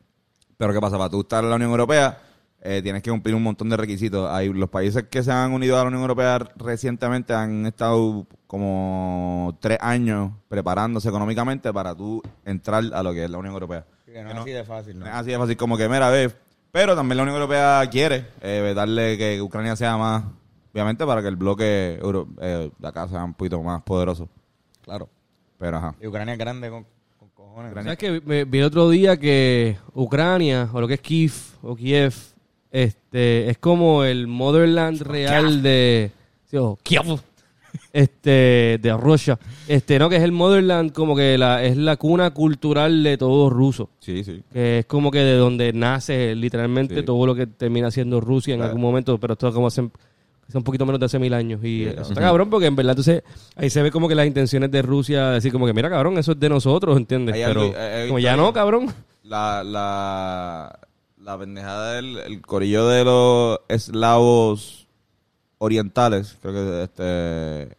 S2: Pero ¿qué pasa? Para tú estar en la Unión Europea, eh, tienes que cumplir un montón de requisitos. Hay, los países que se han unido a la Unión Europea recientemente han estado como tres años preparándose económicamente para tú entrar a lo que es la Unión Europea.
S3: Que no es así de fácil,
S2: No
S3: ¿no?
S2: es así de fácil como que, mira, ve. Pero también la Unión Europea quiere eh, darle que Ucrania sea más, obviamente, para que el bloque euro- eh, de acá sea un poquito más poderoso.
S3: Claro.
S2: Pero ajá.
S3: Y Ucrania es grande con, con cojones.
S2: Ucrania-
S5: ¿Sabes que vi- vi el otro día que Ucrania, o lo que es Kiev, o Kiev, este, es como el motherland real de... sí, o Kiev. Este, de Rusia. Este, no, que es el motherland, como que la, es la cuna cultural de todo ruso.
S2: Sí, sí.
S5: Que es como que de donde nace literalmente
S2: Sí.
S5: todo lo que termina siendo Rusia en
S2: Claro.
S5: algún momento, pero esto es como hace, hace un poquito menos de hace mil años. Y eso está
S4: Ujú.
S5: cabrón porque en verdad entonces ahí se ve como que las intenciones de Rusia decir como que mira cabrón, eso es de nosotros, ¿entiendes?
S2: Hay
S5: pero
S2: algo- eh, eh,
S5: como ya
S2: también-
S5: no, cabrón.
S2: La, la, la pendejada del el corillo de los eslavos orientales, creo que este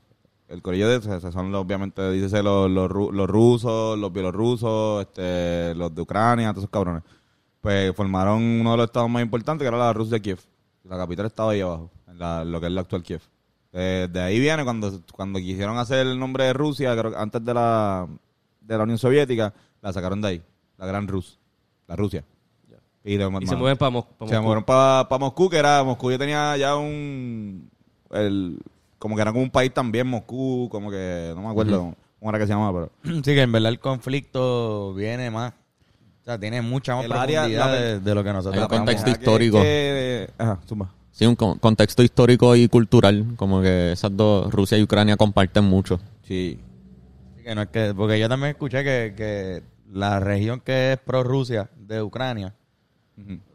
S2: el corillo de o sea, son los, obviamente dícese los, los, ru- los rusos, los bielorrusos, este, los de Ucrania, todos esos cabrones. Pues formaron uno de los estados más importantes que era la Rusia de Kiev. La capital estaba ahí abajo, en la- lo que es la actual Kiev. Eh, de ahí viene cuando, cuando quisieron hacer el nombre de Rusia, creo que antes de la, de la Unión Soviética, la sacaron de ahí, la Gran Rus, la Rusia. Y, de-
S5: Y
S2: ma-
S5: se mueven para
S2: se movieron para Moscú, que era Moscú ya tenía ya un el como que era como un país también Moscú, como que no me acuerdo cómo era que se llamaba, pero
S3: (clears throat) Sí, que en verdad el conflicto viene más. O sea, tiene mucha más
S2: El área-
S3: profundidad
S2: la-
S3: de, de lo que nosotros
S4: Hay un
S3: hablamos.
S4: contexto
S2: Ajá, que-
S4: histórico.
S2: que- ajá, zumba.
S4: Sí, un con- contexto histórico y cultural, como que esas dos, Rusia y Ucrania comparten mucho.
S2: Sí.
S3: Sí, que no es que- porque yo también escuché que, que la región que es pro-Rusia de Ucrania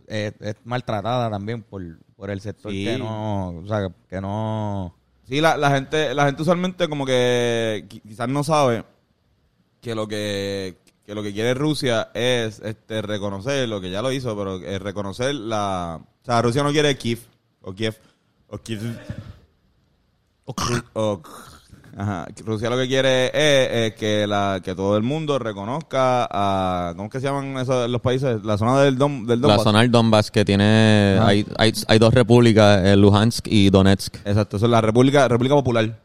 S3: es, es maltratada también por, por el sector
S2: Sí.
S3: que no... O sea, que no...
S2: Sí, la, la gente la gente usualmente como que qui- quizás no sabe que lo que, que lo que quiere Rusia es este reconocer lo que ya lo hizo, pero es reconocer la o sea, Rusia no quiere Kiev o Kiev o Kiev o- ajá, Rusia lo que quiere es, eh, que la que todo el mundo reconozca a ¿cómo es que se llaman esos los países? La zona del Don, Ah. del
S4: La
S2: Donbass.
S4: zona del Donbass que tiene,
S2: Ajá.
S4: hay, hay, hay dos repúblicas, eh, Luhansk y Donetsk.
S2: Exacto, eso es la República República Popular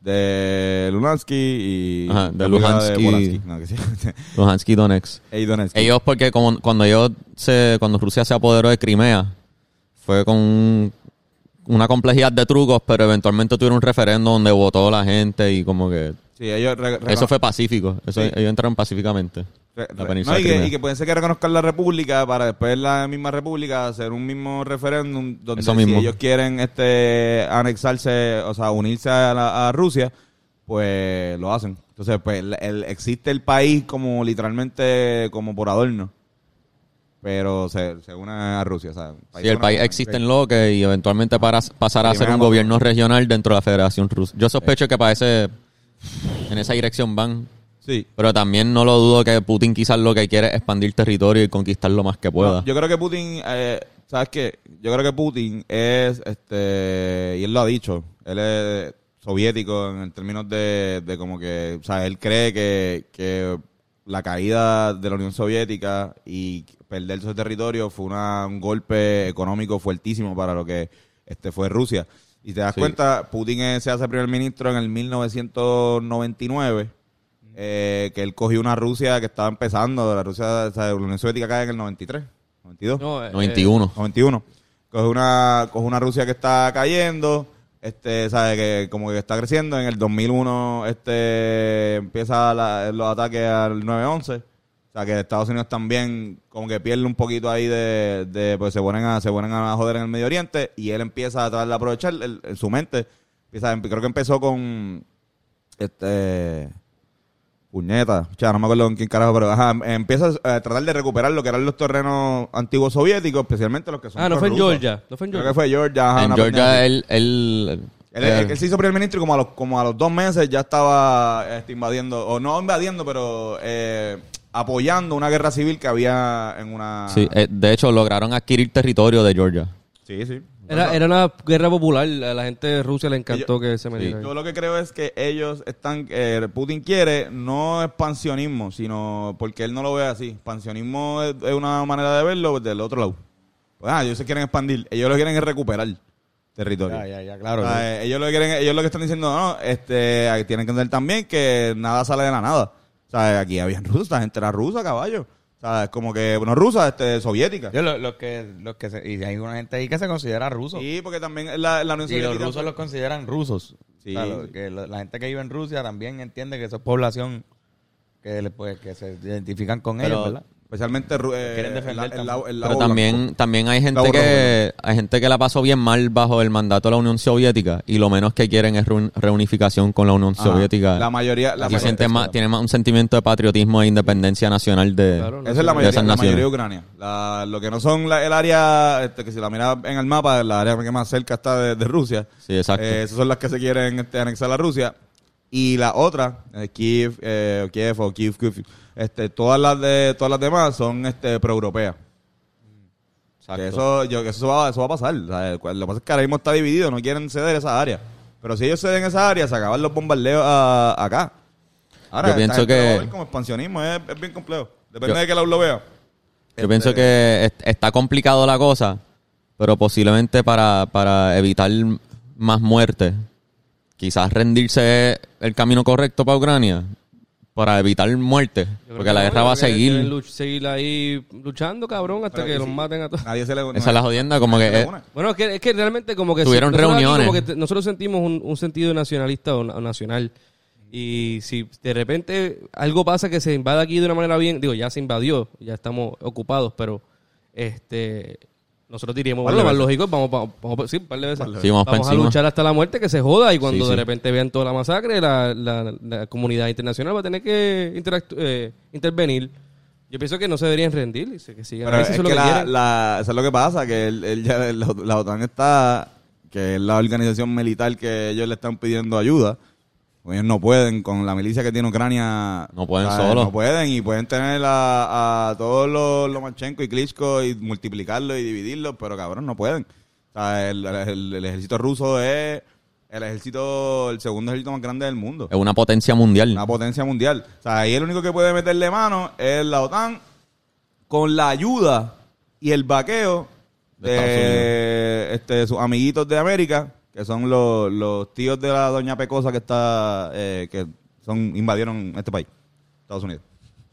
S2: de Lunansky y
S4: Ajá, de
S2: República
S4: Luhansk y-
S2: Polansky. No, que sí. (laughs)
S4: Luhansk y Donetsk.
S2: y Donetsk.
S4: Ellos porque como- cuando ellos se, cuando Rusia se apoderó de Crimea, fue con un- una complejidad de trucos, pero eventualmente tuvieron un referendo donde votó la gente y como que
S2: Sí, ellos re- recono-
S4: eso fue pacífico, eso
S2: Sí.
S4: ellos entraron pacíficamente.
S2: re-
S4: la
S2: re-
S4: península
S2: no, y,
S4: de
S2: que,
S4: Crimea.
S2: y que pueden ser que reconozcan la república para después la misma república hacer un mismo referéndum donde
S4: Eso
S2: si
S4: mismo.
S2: ellos quieren este anexarse, o sea, unirse a, la- a Rusia, pues lo hacen. Entonces, pues el- el- existe el país como literalmente como por adorno. Pero se, se une a Rusia, o sea, el
S4: Sí, el
S2: una-
S4: país existe en bloque y eventualmente para pasar a ser
S2: Crimea
S4: un
S2: votó.
S4: gobierno regional dentro de la Federación Rusa. Yo
S2: Eh.
S4: sospecho que para ese en esa dirección van,
S2: Sí.
S4: pero también no lo dudo que Putin quizás lo que quiere es expandir territorio y conquistar lo más que pueda.
S2: No, yo creo que Putin, eh, o sea, ¿Sabes qué? Yo creo que Putin es, este, y él lo ha dicho, él es soviético en términos de, de como que, o sea, él cree que, que la caída de la Unión Soviética y perder ese territorio fue una, un golpe económico fuertísimo para lo que este fue Rusia. Y te das cuenta, Putin eh, se hace primer ministro en el 1999, eh, que él cogió una Rusia que estaba empezando, la Rusia, o sea, la Unión Soviética cae en el 93, 92.
S5: No, eh,
S4: 91.
S2: 91. Coge una, coge una Rusia que está cayendo, este, sabe que como que está creciendo. En el 2001 este, empieza la- los ataques al 9-11. O sea que Estados Unidos también como que pierde un poquito ahí de, de pues se ponen a se ponen a joder en el Medio Oriente y él empieza a tratar de aprovechar el- el- su mente. Empieza, creo que empezó con este puñeta, o sea, no me acuerdo con quién carajo, pero ajá, empieza a tratar de recuperar lo que eran los terrenos antiguos soviéticos, especialmente los que son
S5: Ah, no fue en
S2: prorrusos.
S5: Georgia. No fue en
S2: Creo
S5: Georgia.
S2: que fue Georgia. ajá,
S4: En
S2: una pendeja
S4: Georgia
S2: así.
S4: él... él,
S2: Él,
S4: eh,
S2: él- él se hizo primer ministro y como a los, como a los dos meses ya estaba este, invadiendo, o no invadiendo, pero eh, apoyando una guerra civil que había en una...
S4: sí, eh, de hecho, lograron adquirir territorio de Georgia.
S2: sí. sí.
S5: Era, era una guerra popular. A la gente de Rusia le encantó
S2: Yo-
S5: que se metiera ahí.
S2: Yo lo que creo es que ellos están, eh, Putin quiere no expansionismo, sino porque él no lo ve así. Expansionismo es, es una manera de verlo del otro lado. Pues, ah, ellos se quieren expandir, ellos lo que quieren es recuperar territorio.
S3: Ya, ya, ya, claro.
S2: O sea, ellos lo que quieren, ellos lo que están diciendo, no, este, aquí tienen que entender también que nada sale de la nada. O sea, aquí habían rusos, esta gente era rusa, caballo. O sea, es como que, bueno, rusa, este, soviética.
S3: Yo, lo- los que, los que se- y hay una gente ahí que se considera ruso.
S2: Sí, porque también la, la Unión
S3: y los
S2: Soviética-
S3: rusos los consideran rusos.
S2: Sí.
S3: O sea, lo- que lo- la gente que vive en Rusia también entiende que eso es población que, le- pues, que se identifican con
S4: Pero-
S3: ellos, ¿verdad?
S2: pues, especialmente ru- eh,
S3: Quieren defender
S2: el la- el
S3: también.
S2: lado- el
S4: Pero
S2: lado blanco.
S4: también, también hay gente
S2: Laura
S4: que hay gente que la pasó bien mal bajo el mandato de la Unión Soviética y lo menos que quieren es reun- reunificación con la Unión
S2: Ajá.
S4: Ah, Soviética.
S2: La mayoría, la
S4: y
S2: mayoría-
S4: sienten más, tienen más un sentimiento de patriotismo e independencia nacional de
S5: Claro, no
S2: Esa es la
S4: de
S2: mayoría,
S4: esas
S2: la mayoría de
S4: naciones.
S2: Ucrania. La- lo que no son la- el área, este, que si la miras en el mapa, la área que más cerca está de, de Rusia.
S4: Sí, exacto.
S2: Eh, esas son las que se quieren este, anexar a Rusia. Y la otra, eh, Kiev, eh, o Kiev o Kiev, Kiev, este, todas las de todas las demás son este, proeuropeas. Que eso, yo, que eso, va, eso va a pasar. O sea, cu- lo que pasa es que ahora mismo está dividido, no quieren ceder esa área. Pero si ellos ceden esa área, se acaban los bombardeos a- acá. Ahora,
S4: Yo
S2: esta
S4: pienso
S2: gente lo va a
S4: que-
S2: ver como expansionismo, es, es bien complejo. Depende
S4: Yo-
S2: de que lado lo vea.
S4: Yo pienso
S5: Este,
S4: que est- está complicado la cosa, pero posiblemente para, para evitar más muertes, quizás rendirse es el camino correcto para Ucrania, para evitar muertes,
S5: Yo creo
S4: porque
S5: que
S4: la
S5: no,
S4: guerra
S5: yo
S4: va a
S5: creo que deben
S4: seguir.
S5: luch- seguir ahí luchando, cabrón, hasta
S2: Pero
S5: que
S2: y
S5: los
S2: si-
S5: maten a todos.
S2: Nadie se le
S4: Esa es la jodienda, como que... eh,
S5: Bueno, es que, es que realmente como que...
S4: Tuvieron
S5: nosotros aquí
S4: reuniones.
S5: como que te- nosotros sentimos un, un sentido nacionalista o na- nacional. Y si de repente algo pasa que se invade aquí de una manera bien... Digo, ya se invadió, ya estamos ocupados, pero este nosotros diríamos,
S2: Par de
S5: bueno, lo más
S2: veces.
S5: lógico es vamos, vamos, vamos- sí, un par de veces.
S4: Sí, vamos pa'
S5: Vamos a
S4: encima.
S5: luchar hasta la muerte, que se joda. Y cuando
S4: Sí,
S5: de
S4: sí.
S5: repente vean toda la masacre, la, la- la comunidad internacional va a tener que interactu- eh, intervenir. Yo pienso que no se deberían rendir. y se- Que sigan
S2: Pero
S5: ahí,
S2: es
S5: si
S2: que,
S5: eso es lo que
S2: la,
S5: quieren.
S2: la- eso es lo que pasa, que el- el- ya la, la OTAN está, que es la organización militar que ellos le están pidiendo ayuda. Ellos no pueden, con la milicia que tiene Ucrania.
S4: No pueden solos.
S2: No pueden, y pueden tener a, a todos los Lomachenko y Klitschko y multiplicarlos y dividirlos, pero cabrón, no pueden. O sea, el, el- el ejército ruso es el ejército, el segundo ejército más grande del mundo.
S4: es una potencia mundial.
S2: Una potencia mundial. O sea, ahí el único que puede meterle mano es la OTAN con la ayuda y el vaqueo
S4: De
S2: de, este, sus amiguitos de América, que son los, los tíos de la doña Pecosa que está eh, que son invadieron este país, Estados Unidos.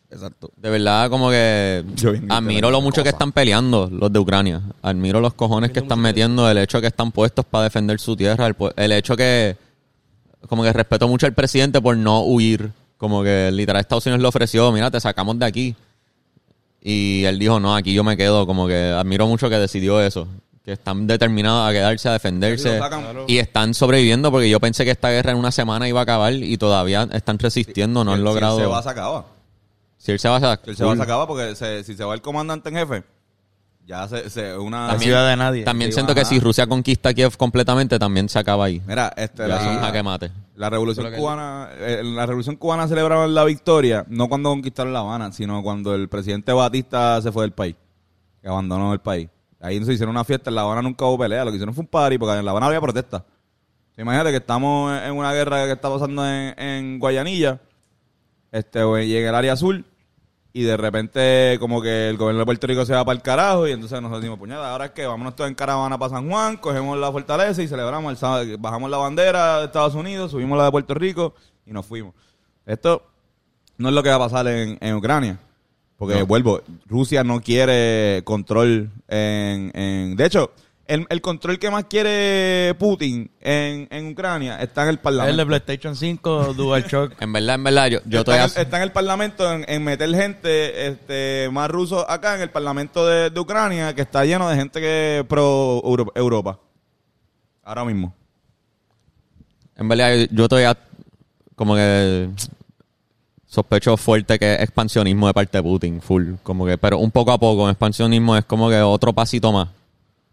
S4: Exacto. De verdad, como que
S2: Yo bien
S4: admiro
S2: literal,
S4: lo mucho que
S2: cosa.
S4: están peleando los de Ucrania. Admiro los cojones que están metiendo, el hecho que están puestos para defender su tierra, el, pu- el hecho que como que respeto mucho al presidente por no huir. Como que literal Estados Unidos le ofreció, mira, te sacamos de aquí. Y él dijo, no, aquí yo me quedo. Como que admiro mucho que decidió eso. Que están determinados a quedarse, a defenderse.
S2: Lo sacan. Claro.
S4: Y están sobreviviendo porque yo pensé que esta guerra en una semana iba a acabar y todavía están resistiendo, no
S2: Si-
S4: han
S2: si
S4: logrado...
S2: él se va, se acaba.
S4: si él se va, se,
S2: Si él se va, se acaba porque se- si se va el comandante en jefe, ya se, se- una...
S3: La ciudad de nadie.
S4: También
S2: Sí,
S4: siento que
S2: ajá.
S4: si Rusia conquista Kiev completamente, también se acaba ahí.
S2: Mira, este,
S4: Ya
S2: la-
S4: son jaque mate.
S2: La revolución cubana, eh, la revolución cubana celebraron la victoria no cuando conquistaron La Habana, sino cuando el presidente Batista se fue del país, que abandonó el país. Ahí se hicieron una fiesta, en La Habana nunca hubo pelea, lo que hicieron fue un party, porque en La Habana había protesta. Imagínate que estamos en una guerra que está pasando en, en Guayanilla, este, o en- y en el área azul, y de repente como que el gobierno de Puerto Rico se va para el carajo, y entonces nosotros decimos, puñada, ahora es que vámonos todos en caravana para San Juan, cogemos la fortaleza y celebramos, el sábado- bajamos la bandera de Estados Unidos, subimos la de Puerto Rico, y nos fuimos. Esto no es lo que va a pasar en, en Ucrania. Porque vuelvo, Rusia no quiere control en... en- de hecho, el, el control que más quiere Putin en, en Ucrania está en el
S3: El de
S2: Parlamento.
S3: PlayStation 5, DualShock.
S4: En verdad, en verdad, yo, yo estoy
S2: está, en,
S4: así.
S2: el- está en el Parlamento en, en meter gente este, más rusos acá en el Parlamento de, de Ucrania que está lleno de gente que pro Euro- Europa. Ahora mismo.
S4: En verdad, yo- yo todavía como que sospecho fuerte que es expansionismo de parte de Putin, full. Como que, pero un poco a poco, el expansionismo es como que otro pasito más.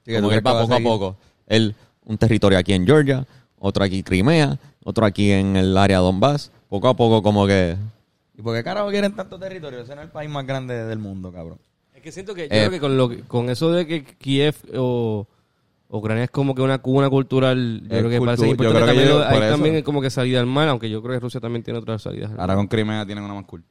S3: Sí, que tú
S4: como que
S3: crees
S4: él va
S3: que va a
S4: poco a
S3: seguir.
S4: poco. Él, un territorio aquí en Georgia, otro aquí en Crimea, otro aquí en el área de Donbass. Poco a poco, como que.
S3: ¿Y por qué carajo quieren tanto territorio? Ese no es el país más grande del mundo, cabrón.
S5: Es que siento que yo
S4: Eh,
S5: creo que con, lo que- con eso de que Kiev o Ucrania es como que una cuna cultural, yo
S2: Es
S5: creo que
S2: cultu-
S5: parece
S2: yo
S5: importante
S2: creo que
S5: también.
S2: yo-
S5: lo-
S2: por
S5: hay
S2: eso.
S5: también como que salida al mar, aunque yo creo que Rusia también tiene otras salidas. al mar.
S2: Ahora con Crimea tienen una más cool.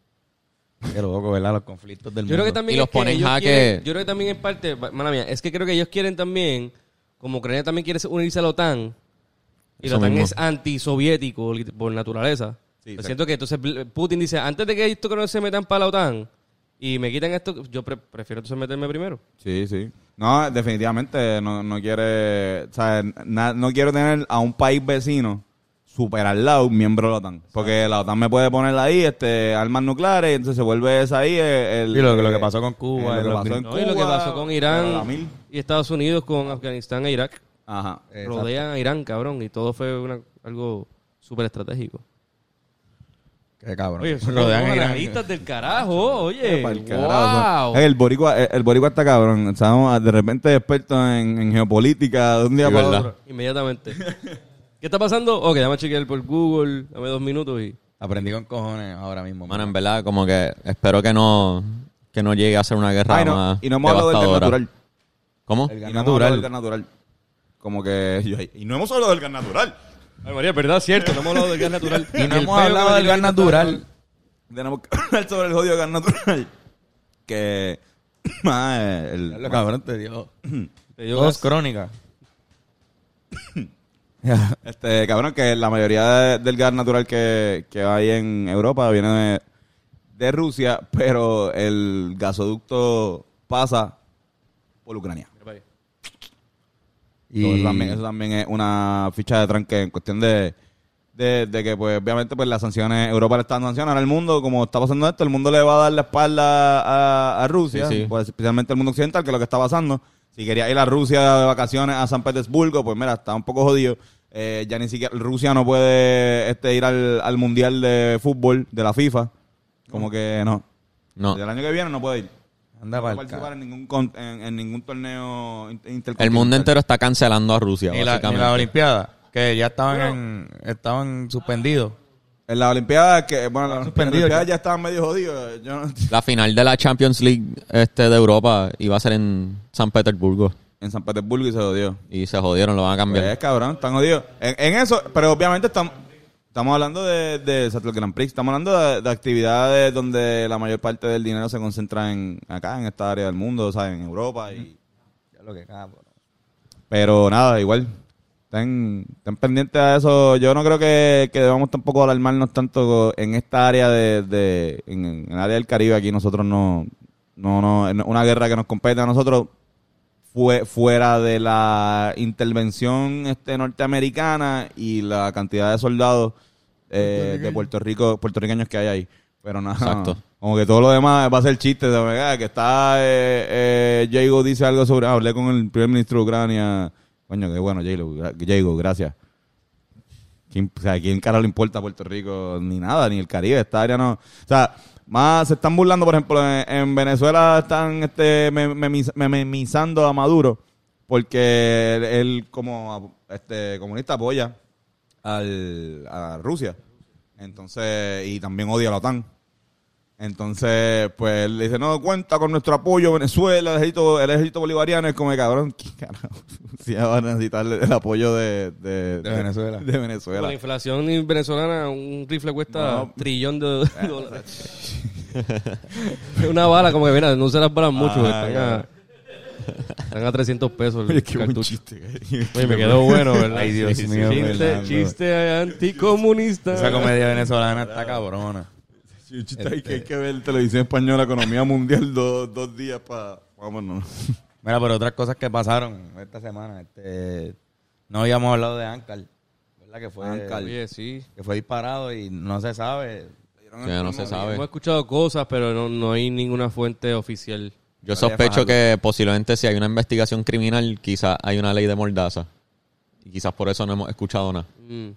S3: Qué loco, ¿verdad? Los conflictos del
S5: Yo creo
S3: mundo.
S5: que también
S4: Y los
S5: es que
S4: ponen
S5: ellos
S4: jaque.
S5: quieren- yo creo que también en parte, mala mía, es que creo que ellos quieren también, como Ucrania también quiere unirse a la OTAN, y la
S4: Eso
S5: OTAN
S4: mismo.
S5: es antisoviético lit- por naturaleza.
S2: Sí,
S5: Pues
S2: exacto.
S5: siento que entonces Bl- Putin dice, antes de que esto que no se metan para la OTAN y me quitan esto, yo pre- prefiero entonces meterme primero.
S2: Sí, sí. No, definitivamente no, no quiere, o sea, na- no quiero tener a un país vecino super al lado un miembro de la OTAN. Porque la OTAN me puede poner ahí este, armas nucleares, entonces se vuelve esa ahí eh, el...
S3: Sí, lo- lo que pasó con Cuba,
S2: eh, lo que
S3: los
S2: pasó en
S3: gringos.
S5: No, y lo que
S2: Cuba,
S5: pasó con
S2: pero la
S5: Irán
S2: mil.
S5: y Estados Unidos con Afganistán e Irak.
S2: Ajá.
S3: Exacto.
S5: Rodean a Irán, cabrón, y todo fue una- algo súper estratégico.
S3: Qué cabrón.
S5: Oye, son
S3: Rodean a
S5: unos
S3: Irán.
S5: analistas del carajo, oye.
S2: Pa'l carajo.
S5: wow.
S2: Ey, el boricua, el, el boricua está cabrón. Estamos ah, de repente expertos en, en geopolítica de un día
S4: Sí,
S2: para
S4: verdad.
S2: otro.
S5: Inmediatamente. ¿Qué está pasando? Ok, dame a chequear por Google, dame dos minutos y...
S3: Aprendí con cojones ahora mismo.
S4: Mano, en verdad, como que espero que no, que no llegue a ser una guerra
S2: Ay, no,
S4: más.
S2: y no hemos hablado del gas
S4: devastadora.
S2: natural.
S4: ¿Cómo?
S3: El
S2: Y
S3: gas
S2: no hemos hablado del gas natural. Como que... yo- Y no hemos hablado del gas natural.
S5: Ay, María, es verdad, cierto, no hemos hablado del gas natural.
S3: Y no
S5: el
S3: hemos
S5: peo
S3: hablado
S5: que
S3: del gas
S5: María está
S3: natural.
S2: Tenemos que (laughs) hablar sobre el jodido gas natural. Que. (laughs) más el,
S3: Lo cabrón te dio.
S5: tratando. Te digo
S3: Dos
S5: gas.
S3: crónicas.
S2: este, cabrón, que la mayoría de- del gas natural que, que hay en Europa viene de, de Rusia, pero el gasoducto pasa por Ucrania.
S5: Mira para allá.
S2: So,
S3: Y
S2: Eso, también, eso también es una ficha de tranque en cuestión de, de, de que, pues, obviamente, pues las sanciones, Europa le están sancionando ahora el mundo, como está pasando esto, el mundo le va a dar la espalda a, a Rusia,
S4: Sí, sí.
S2: pues, especialmente el mundo occidental, que es lo que está pasando. Si quería ir a Rusia de vacaciones a San Petersburgo, pues mira, está un poco jodido. Eh, ya ni siquiera Rusia no puede este, ir al, al Mundial de Fútbol de la FIFA. Como que no.
S4: No.
S2: El año que viene no puede ir.
S3: anda
S2: No puede
S3: para el
S2: participar
S3: carajo.
S2: en ningún, con- en, en ningún torneo inter-
S4: El
S2: intercontinental.
S4: mundo entero está cancelando a Rusia,
S3: Y la, y
S4: básicamente.
S3: la Olimpiada, que ya estaban, en- estaban suspendidos.
S2: En la Olimpiada, que bueno, la
S3: Suspendido
S2: Olimpiada
S3: ya.
S2: ya estaban medio jodidos. Yo no-
S4: La final de la Champions League este, de Europa iba a ser en San Petersburgo.
S2: en San Petersburgo y se jodió.
S4: Y se jodieron, lo van a cambiar.
S2: Es cabrón, están jodidos. En, en eso, pero obviamente estamos, estamos hablando de, de Seattle Grand Prix, estamos hablando de, de actividades donde la mayor parte del dinero se concentra en acá, en esta área del mundo, o sea, en Europa. Y,
S3: Ya lo que cabrón.
S2: pero nada, igual. Estén, estén pendientes a eso. Yo no creo que, que debamos tampoco alarmarnos tanto en esta área de, de- en, en el área del Caribe. Aquí nosotros no, no, no, en una guerra que nos compete a nosotros fue fuera de la intervención este norteamericana y la cantidad de soldados eh, de Puerto Rico, puertorriqueños que hay ahí. Pero nada,
S4: Exacto.
S2: como que todo lo demás va a ser chiste. De verdad, que está eh, eh, Jago dice algo sobre. ah, hablé con el primer ministro de Ucrania. Coño, que bueno, Jago, gra- Jago, gracias. ¿Quién, o sea, ¿quién carajo le importa a Puerto Rico? Ni nada, ni el Caribe. Esta área no. O sea, más se están burlando, por ejemplo, en, en Venezuela están este, me- memiz- me- memizando a Maduro porque él, él como este, comunista apoya al, a Rusia. Entonces, y también odia a la OTAN. Entonces, pues él dice, no, cuenta con nuestro apoyo, Venezuela, el ejército, el ejército bolivariano. Es como, cabrón, (laughs) ¿qué carajo? Si ya van a necesitar el apoyo de, de,
S3: De Venezuela.
S2: De
S5: Con
S2: Venezuela.
S5: la inflación venezolana, un rifle cuesta
S2: No.
S5: trillón de (laughs) dólares. (laughs) Una bala, como que, mira, no se las balan mucho.
S2: Ah,
S5: están,
S2: claro.
S5: a, están a 300 pesos.
S2: (laughs)
S5: el
S2: Oye, qué buen
S5: cartucho.
S2: chiste.
S5: Oye, me quedó bueno, ¿verdad?
S3: Ay, Dios mío,
S5: Chiste,
S2: Fernando.
S5: chiste anticomunista.
S3: Esa comedia venezolana está cabrona.
S2: Sí, un chiste ahí que hay que ver televisión española, economía mundial, dos, dos días para... Vámonos.
S3: Mira, pero otras cosas que pasaron esta semana. Este, no habíamos hablado de Ankar, ¿verdad? Que fue,
S5: Oye, sí.
S3: que fue disparado y no se sabe.
S4: Ya no se sabe.
S5: Hemos escuchado cosas, pero no, no hay ninguna fuente oficial.
S4: Yo sospecho que posiblemente si hay una investigación criminal, quizás hay una ley de mordaza. Y quizás por eso no hemos escuchado nada.
S5: Mm.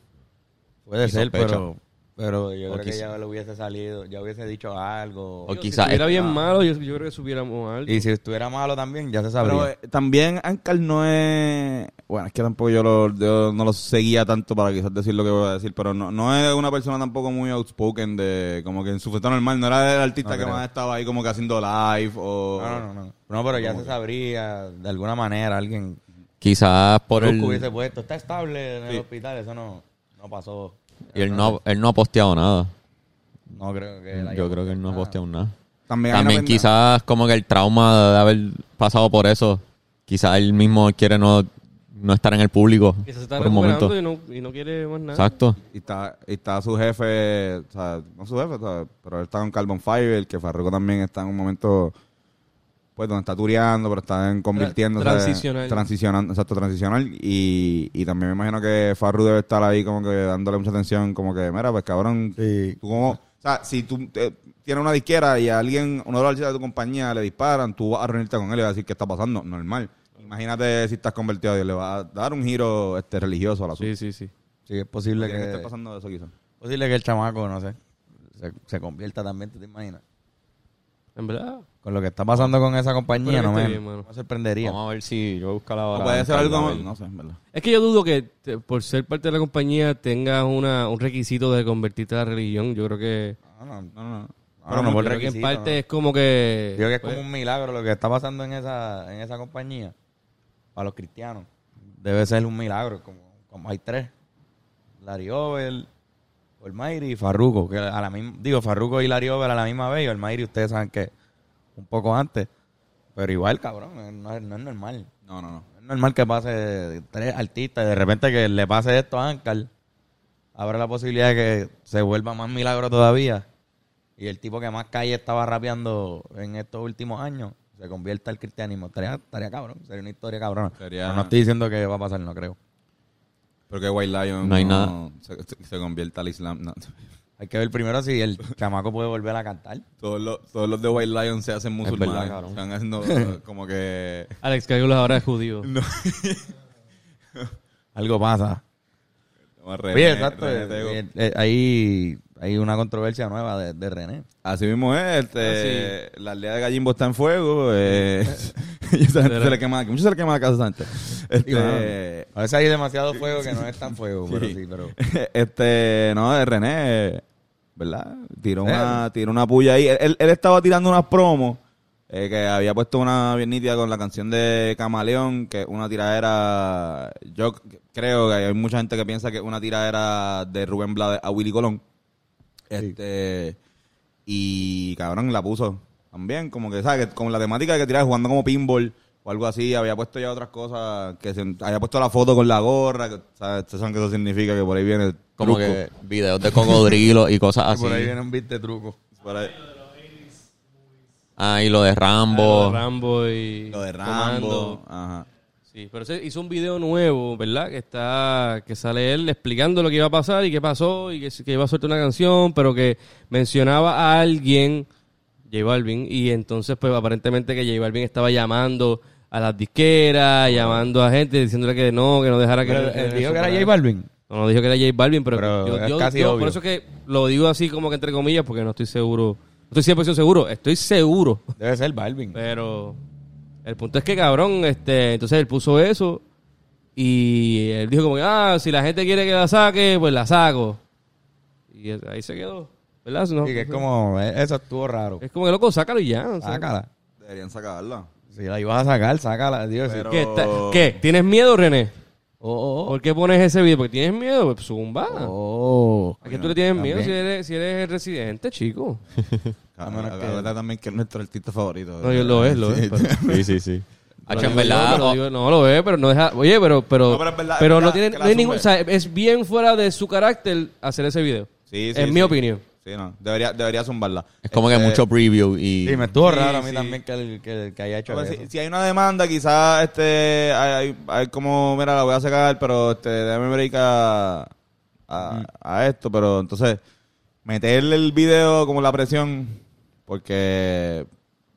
S3: Puede
S4: Y
S3: ser,
S4: sospecha.
S3: pero, pero yo
S4: O
S3: creo que
S4: quizá-
S3: ya le hubiese salido, ya hubiese dicho algo.
S4: O
S5: Digo,
S4: quizás
S5: Si era
S4: es-
S5: bien malo, yo, yo creo que supiéramos algo.
S3: Y si estuviera malo también, ya se sabría.
S2: Pero eh, también Ankar no es... Bueno, es que tampoco yo, lo- yo no lo seguía tanto para quizás decir lo que voy a decir, pero no, no es una persona tampoco muy outspoken de... Como que en su fiesta normal, no era el artista
S3: No
S2: que
S3: creo.
S2: más estaba ahí como que haciendo live o...
S3: no, no, no, no. No, pero ya se sabría de alguna manera alguien
S4: Quizás por
S3: Brusco
S4: el...
S3: hubiese puesto, está estable en el
S2: Sí.
S3: hospital, eso no, no pasó.
S4: Y él no, él no ha posteado nada.
S3: No creo que la haya
S4: Yo creo que él no ha
S3: pasado.
S4: posteado nada.
S2: También, hay una
S4: También
S2: pendeja.
S4: quizás como que el trauma de haber pasado por eso, quizás él mismo quiere no, no estar en el público
S5: Que se está
S4: por un momento.
S5: recuperando y no, y no quiere más nada.
S4: Exacto.
S2: Y está, y está su jefe, o sea, no su jefe, o sea, pero él está con Carbon Fiber, que Farruko también está en un momento, pues, donde está tureando, pero está en- convirtiéndose.
S5: transicional.
S2: Transicionando, exacto, transicional. Y, y también me imagino que Farru debe estar ahí como que dándole mucha atención, como que, mira, pues cabrón,
S3: Sí.
S2: tú como, o sea, si tú eh, tienes una disquera y a alguien, uno de los artistas de tu compañía le disparan, tú vas a reunirte con él y vas a decir qué está pasando, normal. Imagínate si estás convertido a Dios, le va a dar un giro este religioso al asunto.
S5: Sí, sí, sí.
S3: Sí, es posible
S2: Tiene que
S3: que,
S2: estar pasando eso quizás.
S3: posible que el chamaco, no sé, se, se convierta también, ¿tú te imaginas?
S5: En verdad.
S3: Con lo que está pasando con esa compañía,
S5: Espero
S3: no
S5: que
S3: me,
S5: esté bien, mano.
S3: no me sorprendería.
S4: Vamos a ver si yo busco la
S2: O
S4: hora.
S2: puede ser algo No sé, en verdad.
S5: Es que yo dudo que te- por ser parte de la compañía tengas una, un requisito de convertirte a la religión. Yo creo que,
S3: No, no, no.
S2: No, no, no.
S3: Pero Ah, no
S5: yo
S3: por
S5: creo que en
S3: requisito,
S5: parte
S3: ¿no?
S5: es como que...
S3: Digo que es
S5: pues,
S3: como un milagro lo que está pasando en esa, en esa compañía para los cristianos. Debe ser un milagro, como, como hay tres. Larry Over, Olmairi y Farruko. Que a la misma, digo, Farruko y Larry Over a la misma vez. Y Olmairi ustedes saben que un poco antes. Pero igual, cabrón, eh, no es, no es normal.
S2: No, no, no.
S3: No es normal que pase tres artistas y de repente que le pase esto a Ankar. Habrá la posibilidad de que se vuelva más milagro todavía. Y el tipo que más calle estaba rapeando en estos últimos años se convierta al cristianismo. Estaría, estaría cabrón. Sería una historia cabrona.
S2: Sería-
S3: Pero no estoy diciendo que va a pasar, no creo.
S2: Pero que White Lion
S4: No hay
S2: se, se- se convierta al Islam. no. (laughs)
S3: Hay que ver primero si el chamaco puede volver a cantar.
S2: Todos, los, todos los de White Lion se hacen musulmanes.
S4: verdad, cabrón.
S2: Están haciendo eh, como que...
S5: Alex Cagula ahora
S3: (laughs)
S5: es judío.
S3: Algo pasa.
S2: como
S3: Oye,
S2: René-
S3: exacto.
S2: René Tego.
S3: eh, eh, hay, hay una controversia nueva de, de René.
S2: Así mismo es. Este, La aldea de Gallimbo está en fuego. Eh, (laughs) y esa gente se le quema... Mucho se le quema la casa a esa gente.
S3: Y bueno,
S2: Este,
S3: a veces hay demasiado fuego que no es tan fuego,
S2: (laughs)
S3: pero
S2: Sí.
S3: sí, pero...
S2: este, no, de René, ¿verdad? Tiró una, tiró una puya ahí. Él- Él, él estaba tirando unas promos eh, que había puesto una bien nítida con la canción de Camaleón, que es una tiradera. Yo c- creo que hay mucha gente que piensa que es una tiradera de Rubén Blades a Willy Colón. Este. Y cabrón, la puso también, como que, ¿sabes? Que Con la temática de que tiraba jugando como pinball o algo así, había puesto ya otras cosas, que se, había puesto la foto con la gorra, que, ¿sabes? Ustedes saben que eso significa que por ahí viene el
S4: Como
S2: truco.
S4: que videos de cocodrilos y
S3: (laughs)
S4: cosas así.
S3: Por ahí viene un beat de truco.
S2: Por ahí-
S4: Ah, y lo de Rambo.
S5: Lo de Rambo y...
S2: Lo de
S5: Comando.
S2: Rambo. Ajá.
S5: Sí, pero se hizo un video nuevo, ¿verdad? Que está, que sale él explicando lo que iba a pasar y qué pasó y que, que iba a soltar una canción, pero que mencionaba a alguien, J Balvin, y entonces pues aparentemente que J Balvin estaba llamando a las disqueras, llamando a gente, diciéndole que no, que no dejara que...
S3: Pero
S5: que
S3: él
S5: eso
S3: dijo que era
S5: para-
S3: J Balvin.
S5: No, no dijo que era J Balvin, pero,
S3: Pero
S5: yo,
S3: es
S5: yo-
S3: casi
S5: yo-
S4: obvio.
S5: por eso es que lo digo así como que entre comillas, porque no estoy seguro, no estoy 100% seguro, estoy seguro.
S3: Debe ser Balvin.
S5: Pero el punto es que cabrón, este, entonces él puso eso y él dijo como que, ah, si la gente quiere que la saque, pues la saco. Y él- ahí se quedó. ¿Verdad? No,
S3: Sí, que es como, eh, eso estuvo raro.
S5: es como que loco, sácalo y ya. o sea.
S3: Sácala.
S2: Deberían sacarla.
S3: Si la ibas a sacar, sácala. Dios, sí.
S2: Pero-
S5: ¿Qué, está- qué? ¿Tienes miedo, René?
S3: Oh, oh,
S5: ¿Por qué pones ese video? Porque tienes miedo, pues zumba.
S3: oh.
S5: ¿A qué tú le tienes
S3: También.
S5: miedo si eres, si eres el residente, chico?
S2: A
S3: A menos que-
S2: verdad también que es nuestro artista favorito.
S5: No, yo lo es, lo es. pero-
S4: Sí,
S5: (laughs)
S4: sí, sí.
S5: lo
S4: Hacho,
S5: digo
S4: en
S5: yo,
S4: verdad,
S5: pero
S4: o-
S5: digo, no lo es, pero no deja. Oye, pero. Pero,
S2: No, pero es verdad,
S5: pero
S2: es
S5: no
S2: verdad
S5: tiene,
S2: que
S5: no
S2: la
S5: hay ningún. O
S2: zumbe.
S5: sea, es bien fuera de su carácter hacer ese video. (laughs)
S2: Sí, sí,
S5: en mi
S2: sí.
S5: opinión.
S2: Sí, no. Debería, debería zumbarla.
S4: es como que
S2: Este,
S4: mucho preview y...
S3: Sí, me estuvo
S2: Sí,
S3: raro a mí
S2: sí.
S3: también que, el- que, el- que haya hecho
S2: Pues,
S3: eso.
S2: si, si hay una demanda, quizás este, hay, hay- hay como, mira, la voy a sacar, pero este, déjame break a, a, a esto. Pero entonces, meterle el video como la presión, porque,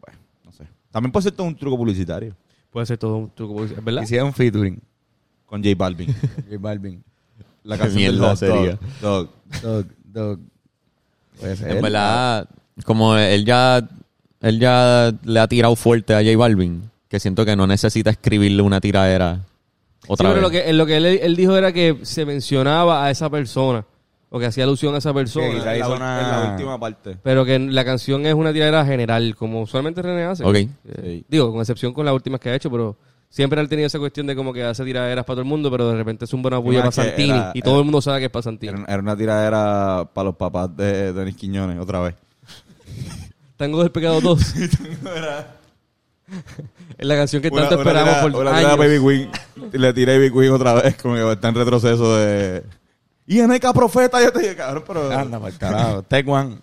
S2: bueno, no sé. También puede ser todo un truco publicitario
S5: Puede ser todo un truco. publicitario, ¿Verdad?
S3: Hicieron un featuring.
S2: con J Balvin.
S3: J Balvin.
S2: la canción del
S4: Mierda
S2: hot dog,
S4: sería.
S2: dog.
S3: Dog, dog. Puede ser.
S4: En verdad, como él ya, él ya le ha tirado fuerte a J Balvin, que siento que no necesita escribirle una tiradera otra
S5: sí, pero
S4: vez.
S5: lo que, lo que él, él dijo era que se mencionaba a esa persona. O que hacía alusión a esa
S3: Sí,
S5: persona.
S3: quizá
S2: En
S3: hizo
S2: la,
S3: una-
S2: en la última parte.
S5: Pero que la canción es una tiradera general, como usualmente René hace.
S4: Ok.
S5: Eh,
S2: Sí.
S5: Digo, con excepción con las últimas que ha hecho, pero siempre él ha tenido esa cuestión de como que hace tiraderas para todo el mundo, pero de repente es un buena bulla
S2: más
S5: para
S2: que
S5: Santini.
S2: era-
S5: y todo el mundo sabe que es para Santini.
S2: Era, era una tiradera para los papás de Denis Quiñones, otra vez.
S5: Tango del
S2: (laughs)
S5: Pecado 2. es la canción que
S2: Una-
S5: tanto
S2: una
S5: esperamos
S2: tira-
S5: por
S2: una
S5: años.
S2: tira a Baby Queen. Y Le tiré a Baby Queen otra vez, como que está en retroceso de... Y NK Profeta, yo te dije, cabrón, pero...
S3: Anda, para el carajo. Take one.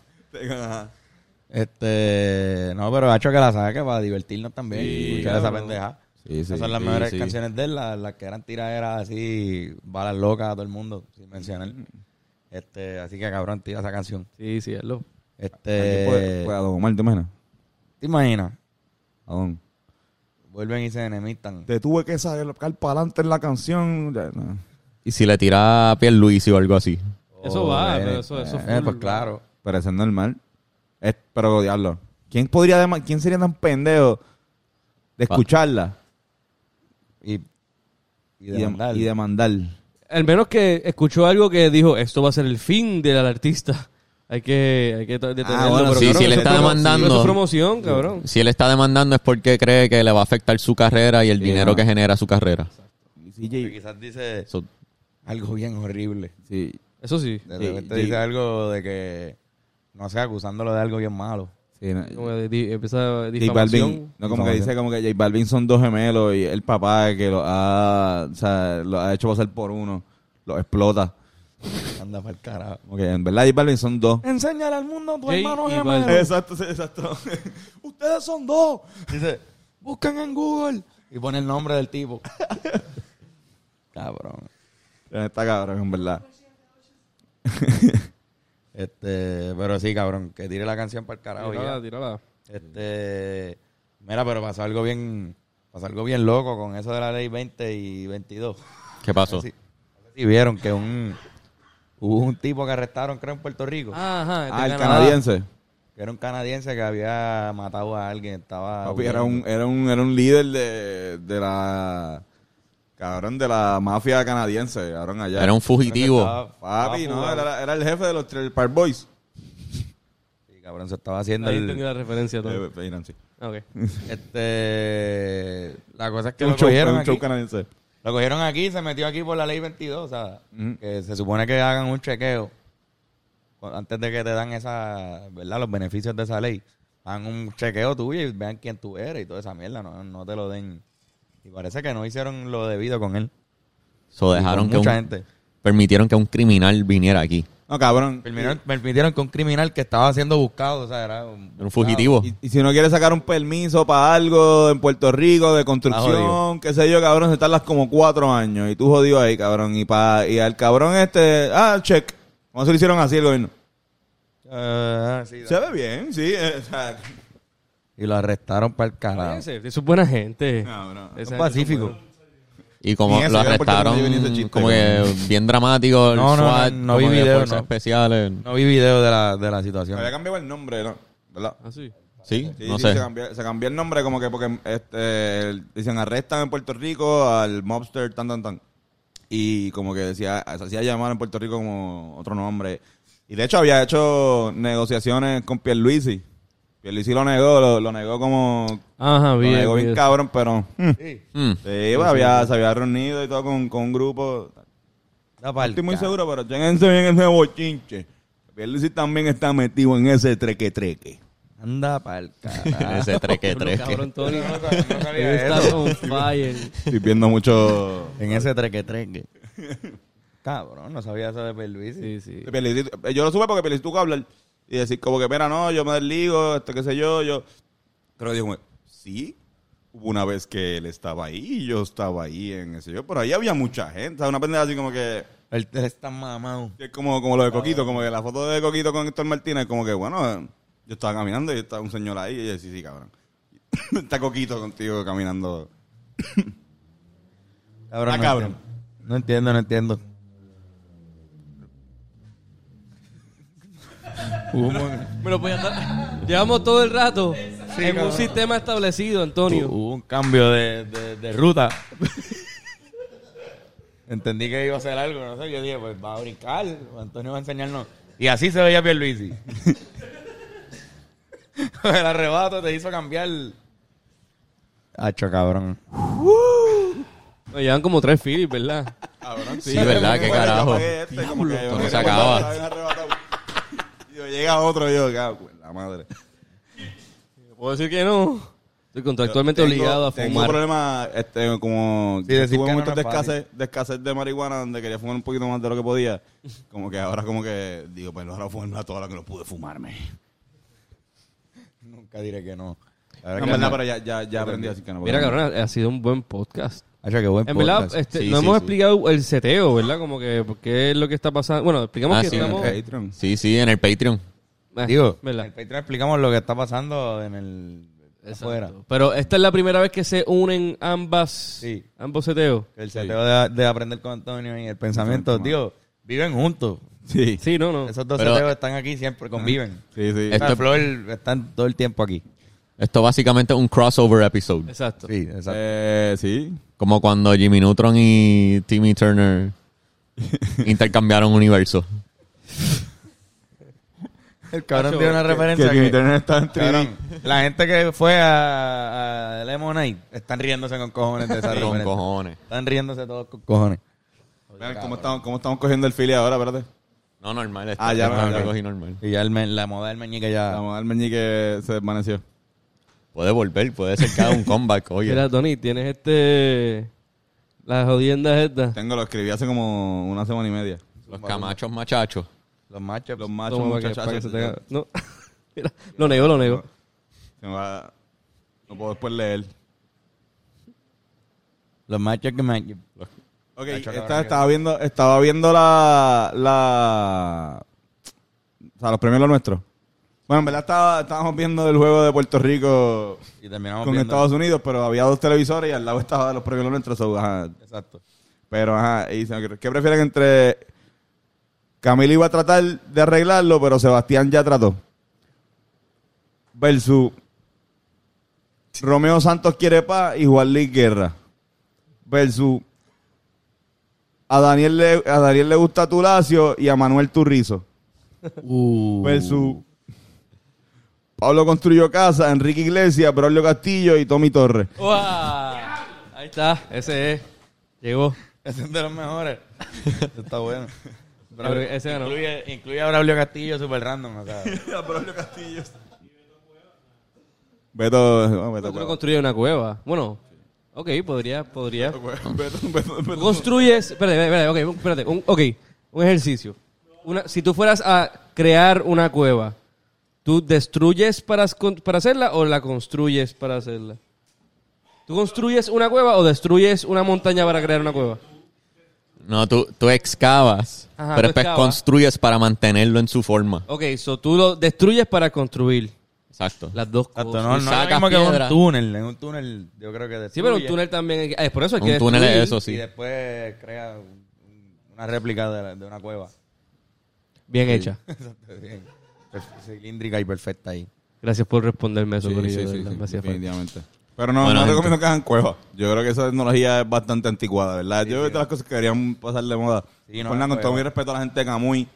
S2: Ajá.
S3: Este. No, pero ha hecho que la saque para divertirnos también.
S2: Sí,
S3: y escuchar esa pendeja.
S2: Sí, sí,
S3: Esas son las
S2: sí,
S3: mejores
S2: sí.
S3: canciones de él, las, las que eran tiraderas así, balas locas a todo el mundo, sin mencionar.
S2: Mm.
S3: Este, así que cabrón, tira esa canción.
S5: Sí, sí, hazlo.
S3: Este,
S2: Pues, pues, a Don Omar, ¿te imaginas?
S3: ¿Te imaginas?
S2: A Don.
S3: Vuelven y se enemistan.
S2: Te tuve que sacar para adelante en la canción. Ya, no.
S4: Y si le tira a Pierluisi o algo así.
S5: Eso va,
S3: Joder,
S5: pero eso- eso
S3: eh,
S5: full
S3: Pues
S5: va.
S3: claro.
S2: Pero eso es normal. Es- pero, diablo, ¿quién podría además, quién sería tan pendejo de
S4: Pa-
S2: escucharla
S3: Y, y
S2: y, de-
S3: demandar.
S2: y demandar?
S5: Al menos que escuchó algo que dijo, esto va a ser el fin del artista. (laughs) Hay que, hay que ta- detenerlo.
S2: Ah, bueno,
S5: pero
S4: sí,
S5: cabrón,
S4: sí, le
S5: eso
S4: está
S5: es promo-
S4: demandando.
S5: eso es promoción, cabrón.
S4: Si él está demandando es porque cree que le va a afectar su carrera y el dinero
S2: no.
S4: que genera su carrera.
S2: Sí,
S3: Y
S2: J-
S3: quizás dice
S4: So,
S3: algo bien horrible.
S2: sí.
S5: Eso sí.
S3: De
S2: Sí,
S3: repente
S2: sí.
S3: dice algo de que, no sé, acusándolo de algo bien malo.
S2: sí, no-
S5: Como de- di- empieza
S2: J Balvin,
S5: difamación.
S2: no como que
S3: Difamación.
S2: dice como que J Balvin son dos gemelos y el papá que lo ha, o sea, lo ha hecho pasar por uno, lo explota.
S3: Anda para el carajo.
S2: Como que en verdad J Balvin son dos.
S3: Enséñale al mundo tu
S5: J
S3: hermano
S5: y
S3: gemelo.
S5: Balvin.
S2: Exacto,
S3: (laughs)
S2: exacto. Ustedes son dos.
S3: Dice, buscan en Google. Y pone el nombre del (laughs) tipo. Cabrón.
S2: Está cabrón, en verdad.
S3: Este, pero sí, cabrón, que tire la canción para el carajo. y
S5: Tírala,
S3: ya.
S5: tírala.
S3: Este, mira, pero pasó algo bien, pasó algo bien loco con eso de la ley 20 y 22.
S4: ¿Qué
S3: No
S4: pasó?
S3: sé si, no sé si vieron que un hubo un tipo que arrestaron, creo, en Puerto Rico,
S5: Ajá,
S2: Ah,
S5: este
S2: el
S5: Canadá.
S2: canadiense.
S3: que era un canadiense que había matado a alguien, estaba
S2: Papi, era un,
S3: huyendo.
S2: era un, era un líder de, de la cabrón de la mafia canadiense, cabrón allá.
S4: Era un fugitivo.
S3: Estaba-
S2: papi,
S3: estaba
S2: no,
S3: fugado.
S2: era, era el jefe de los Trailer Park Boys.
S3: Sí, cabrón, se estaba haciendo
S5: Ahí
S3: el-
S5: entendí la referencia. todo.
S2: Eh, eh, Nancy.
S5: Ah, ok.
S3: este la cosa es que
S2: Un
S3: lo
S2: show,
S3: cogieron
S2: un show
S3: aquí.
S2: canadiense.
S3: Lo cogieron aquí, se metió aquí por la ley 22, o sea,
S2: Ujú.
S3: que se supone que hagan un chequeo cu- antes de que te dan esa, ¿verdad? Los beneficios de esa ley. Hagan un chequeo tuyo y vean quién tú eres y toda esa mierda, no, no te lo den. Y parece que no hicieron lo debido con él.
S4: So,
S3: Y
S4: dejaron
S3: con
S4: que
S3: mucha
S4: un-
S3: gente.
S4: permitieron que un criminal viniera aquí.
S2: No, cabrón.
S3: Permitieron, permitieron que un criminal que estaba siendo buscado, o sea, era un,
S4: Era un fugitivo.
S2: Y, y si uno quiere sacar un permiso para algo en Puerto Rico, de construcción, qué sé yo, cabrón, se tardas como cuatro años y tú jodido ahí, cabrón. Y, pa, y al cabrón este, ah, check. ¿Cómo se lo hicieron así el gobierno?
S3: Ah, sí,
S2: Se ve bien, sí. eh, o sea,
S3: y lo arrestaron para el
S5: Claro.
S3: carajo.
S5: Eso es buena gente.
S2: No, no.
S5: Esa
S3: Un
S5: gente
S3: pacífico.
S5: son buena.
S4: Y como
S2: Ni eso,
S4: lo
S2: yo no puedo
S4: arrestaron
S2: creer que no vi ni ese chiste,
S4: como
S2: cabrón.
S4: que bien dramático, el
S3: No, no, no,
S4: SWAT,
S3: no
S4: como
S3: vi
S4: que
S3: video,
S4: fuerzas
S3: no.
S4: especiales.
S3: No vi video de la, de la situación.
S2: había cambiado el nombre, ¿no? ¿Verdad?
S5: Ah, sí.
S4: Sí,
S2: Sí,
S4: no
S2: sí,
S4: sé.
S2: Se, cambió, se cambió el nombre como que porque este, el- dicen arrestan en Puerto Rico al mobster tan tan tan. Y como que decía, se hacía llamar en Puerto Rico como otro nombre. Y de hecho había hecho negociaciones con Pierluisi. Pierluisi lo negó, lo, lo negó como...
S5: Ajá,
S2: Lo
S5: bien.
S2: negó bien
S5: bien.
S2: cabrón, pero... mm. Sí,
S4: Mm.
S2: pues, había, se había reunido y todo con, con un grupo.
S3: Da
S2: No
S3: pa'l
S2: estoy muy
S3: carajo.
S2: seguro, pero chéquense bien ese bochinche. Pierluisi también está metido en ese treque-treque.
S3: Anda (laughs) pa'l carajo.
S4: Ah, Ese treque,
S5: Cabrón,
S4: treque.
S5: cabrón, Tony.
S3: (laughs) sabía
S5: Está on fire.
S2: Estoy viendo mucho...
S3: En ese treque (laughs) treque. Cabrón, no sabía eso de Pierluisi.
S5: Sí, sí.
S2: Pierluisi- eh, yo lo supe porque Pierluisi tuvo que hablar y decir como que, mira, no, yo me desligo, este, qué sé yo, yo... Pero dijo, sí, hubo una vez que él estaba ahí y yo estaba ahí en ese yo, pero ahí había mucha gente, o sea, una pendeja así como que...
S3: Él, él está mamado.
S2: que es como, como lo de Coquito, como que la foto de Coquito con Héctor Martínez, como que, bueno, eh, yo estaba caminando y estaba un señor ahí y yo, sí, sí, cabrón. (laughs) Está Coquito contigo caminando.
S3: Cabrón,
S2: Ah,
S3: no
S2: cabrón.
S3: Entiendo. No entiendo, no entiendo. Hubo-
S5: Pero pues ya está- llevamos todo el rato en un
S3: cabrón.
S5: sistema establecido, Antonio.
S3: Hubo un cambio de, de- de ruta. (laughs) Entendí que iba a hacer algo, no sé. Yo dije, pues va a brincar. Antonio va a enseñarnos. Y así se veía (laughs) Pierluisi. El arrebato te hizo cambiar. Hacho, cabrón.
S5: Nos llevan como tres Philip, ¿verdad?
S2: Cabrón,
S4: Sí, ¿verdad? ¿Qué
S2: Bueno, yo
S4: carajo?
S2: apagué este, como que yo-
S4: Esto no se acaba.
S2: estaba bien arrebatado. Y yo, llega otro y yo, cago en la madre.
S5: Puedo decir que no. Estoy contractualmente
S2: Tengo-
S5: obligado a
S2: Tengo un
S5: fumar.
S2: problema, este, como
S3: Sí,
S2: que
S3: decir
S2: tuve
S3: que no,
S2: momentos
S3: no
S2: de
S3: es fácil.
S2: escasez, de escasez de marihuana donde quería fumar un poquito más de lo que podía. Como que ahora como que digo, pues ahora fumo a toda la que no pude fumarme.
S3: Nunca diré que no.
S2: No, en verdad, pero ya, ya, ya aprendí así que no.
S5: Mira, cabrón, ha ha sido un buen podcast.
S3: Hacho, qué buen
S5: En verdad,
S3: podcast.
S5: este,
S4: Sí,
S5: no
S4: sí,
S5: hemos
S4: sí.
S5: explicado el seteo, ¿verdad? Como que, por qué es lo que está pasando. Bueno, explicamos
S4: Ah,
S5: que
S4: sí,
S5: estamos.
S4: ok.
S2: Patreon.
S4: Sí, sí, en el Patreon. (laughs)
S5: Ah,
S3: Digo, en el
S5: ¿verdad?
S3: Patreon explicamos lo que está pasando en el afuera.
S5: Pero esta es la primera vez que se unen ambas,
S3: Sí.
S5: ambos seteos.
S3: El seteo de, de aprender con Antonio y el pensamiento, tío, viven juntos.
S2: Sí.
S5: Sí, no, no.
S3: Esos dos
S4: Pero-
S3: seteos están aquí siempre, conviven.
S2: Sí, sí.
S3: O sea,
S4: Esto-
S3: Ah, Flor están todo el tiempo aquí.
S4: Esto básicamente es un crossover episode.
S5: Exacto.
S3: Sí, exacto.
S2: Eh, sí.
S4: Como cuando Jimmy Neutron y
S2: (laughs)
S4: Timmy Turner intercambiaron universos.
S3: Eh, el cabrón
S5: Hacho,
S3: dio una
S5: que-
S2: Que
S3: referencia que,
S2: Jimmy Turner está en 3D.
S3: cabrón, la gente que fue a, a Lemonade están riéndose con cojones de esa
S4: (laughs) Con
S3: referencia.
S4: cojones.
S3: Están riéndose todos con cojones.
S2: Vean cómo estamos, cómo estamos cogiendo el file ahora, espérate.
S4: No, normal. este-
S2: Ah, ya,
S4: este
S2: ya,
S4: lo
S2: ya.
S4: cogí normal.
S3: Y ya el men- la moda del meñique ya...
S2: Vamos, el meñique se desvaneció.
S4: Puede volver, puede ser cada un comeback, oye.
S5: Mira, Tony, tienes este. Las jodiendas estas.
S2: Tengo, lo escribí hace como una semana y media.
S4: Los camachos machachos.
S3: Los machos.
S2: Los machos,
S5: Toma, para que- para que
S2: muchachos.
S5: se tenga- No. (laughs) Mira, lo negó, lo negó.
S2: se me va- No puedo después leer.
S3: Los machos que me...
S2: Ok,
S3: Cacho,
S2: esta-
S3: cabrón,
S2: estaba viendo, estaba viendo la, la, o sea, los premios lo nuestro. Bueno, en verdad estaba- estábamos viendo el juego de Puerto Rico
S3: Y terminamos
S2: con
S3: viendo...
S2: Estados Unidos, pero había dos televisores y al lado estaba los premios lo nuestro. so, ajá.
S3: Exacto.
S2: Pero, ajá, y se- ¿qué prefieren entre Camilo iba a tratar de arreglarlo, pero Sebastián ya trató? Versus Romeo Santos quiere paz y Juan Luis Guerra. Versus a Daniel le, a Daniel le gusta Tulacio y a Manuel Turrizo. Versus Pablo construyó casa, Enrique Iglesias, Braulio Castillo y Tommy Torres.
S5: ¡Uah! Ahí está, ese es. Llegó.
S3: (laughs) Ese es de los mejores. Eso está
S5: (laughs)
S3: bueno.
S5: Braulio- ese ganó.
S3: Incluye, incluye a Braulio Castillo super random. O
S5: (laughs)
S3: sea,
S2: Braulio Castillo. Beto, no, Beto
S5: Tú no
S2: Cuevas.
S5: construyes una cueva. Bueno, ok,
S2: (laughs)
S5: podría. podría. Tú
S2: Beto- Beto- Beto-
S5: construyes. Espérate, espérate, espérate, ok, espérate. Un, ok, un ejercicio. Una, si tú fueras a crear una cueva, ¿tú destruyes para, con- para hacerla o la construyes para hacerla? ¿Tú construyes una cueva o destruyes una montaña para crear una cueva?
S4: No, tú, tú excavas,
S5: Ajá, tú
S4: pero después
S5: excavas.
S4: construyes para mantenerlo en su forma.
S5: Ok, so tú lo destruyes para construir
S4: Exacto.
S5: las dos cosas.
S3: exacto, no, no
S4: Y
S3: es lo
S4: sacas
S3: mismo que
S4: piedra.
S3: un túnel. En un túnel yo creo que
S5: Sí, pero un
S3: destruye
S5: túnel también. hay que- ah, es por eso hay que
S4: Un túnel
S5: destruir.
S4: es eso,
S3: Y
S4: sí.
S3: después crea un- una réplica de, la- de una cueva.
S5: Bien hecha.
S3: Exacto, bien. Perf- Cilíndrica y perfecta ahí.
S5: Gracias por responderme eso,
S2: Sí,
S5: Corillo,
S2: sí,
S5: de
S2: sí,
S5: verdad,
S2: sí,
S5: me hacía falta.
S2: definitivamente. Pero no, no
S4: Bueno, gente.
S2: recomiendo que hagan cuevas. Yo creo que esa tecnología es bastante anticuada, ¿verdad? Yo creo que todas las cosas que deberían pasar de moda.
S3: Sí, no,
S2: Fernan, con todo
S3: cueva.
S2: mi respeto a la gente de Camuy,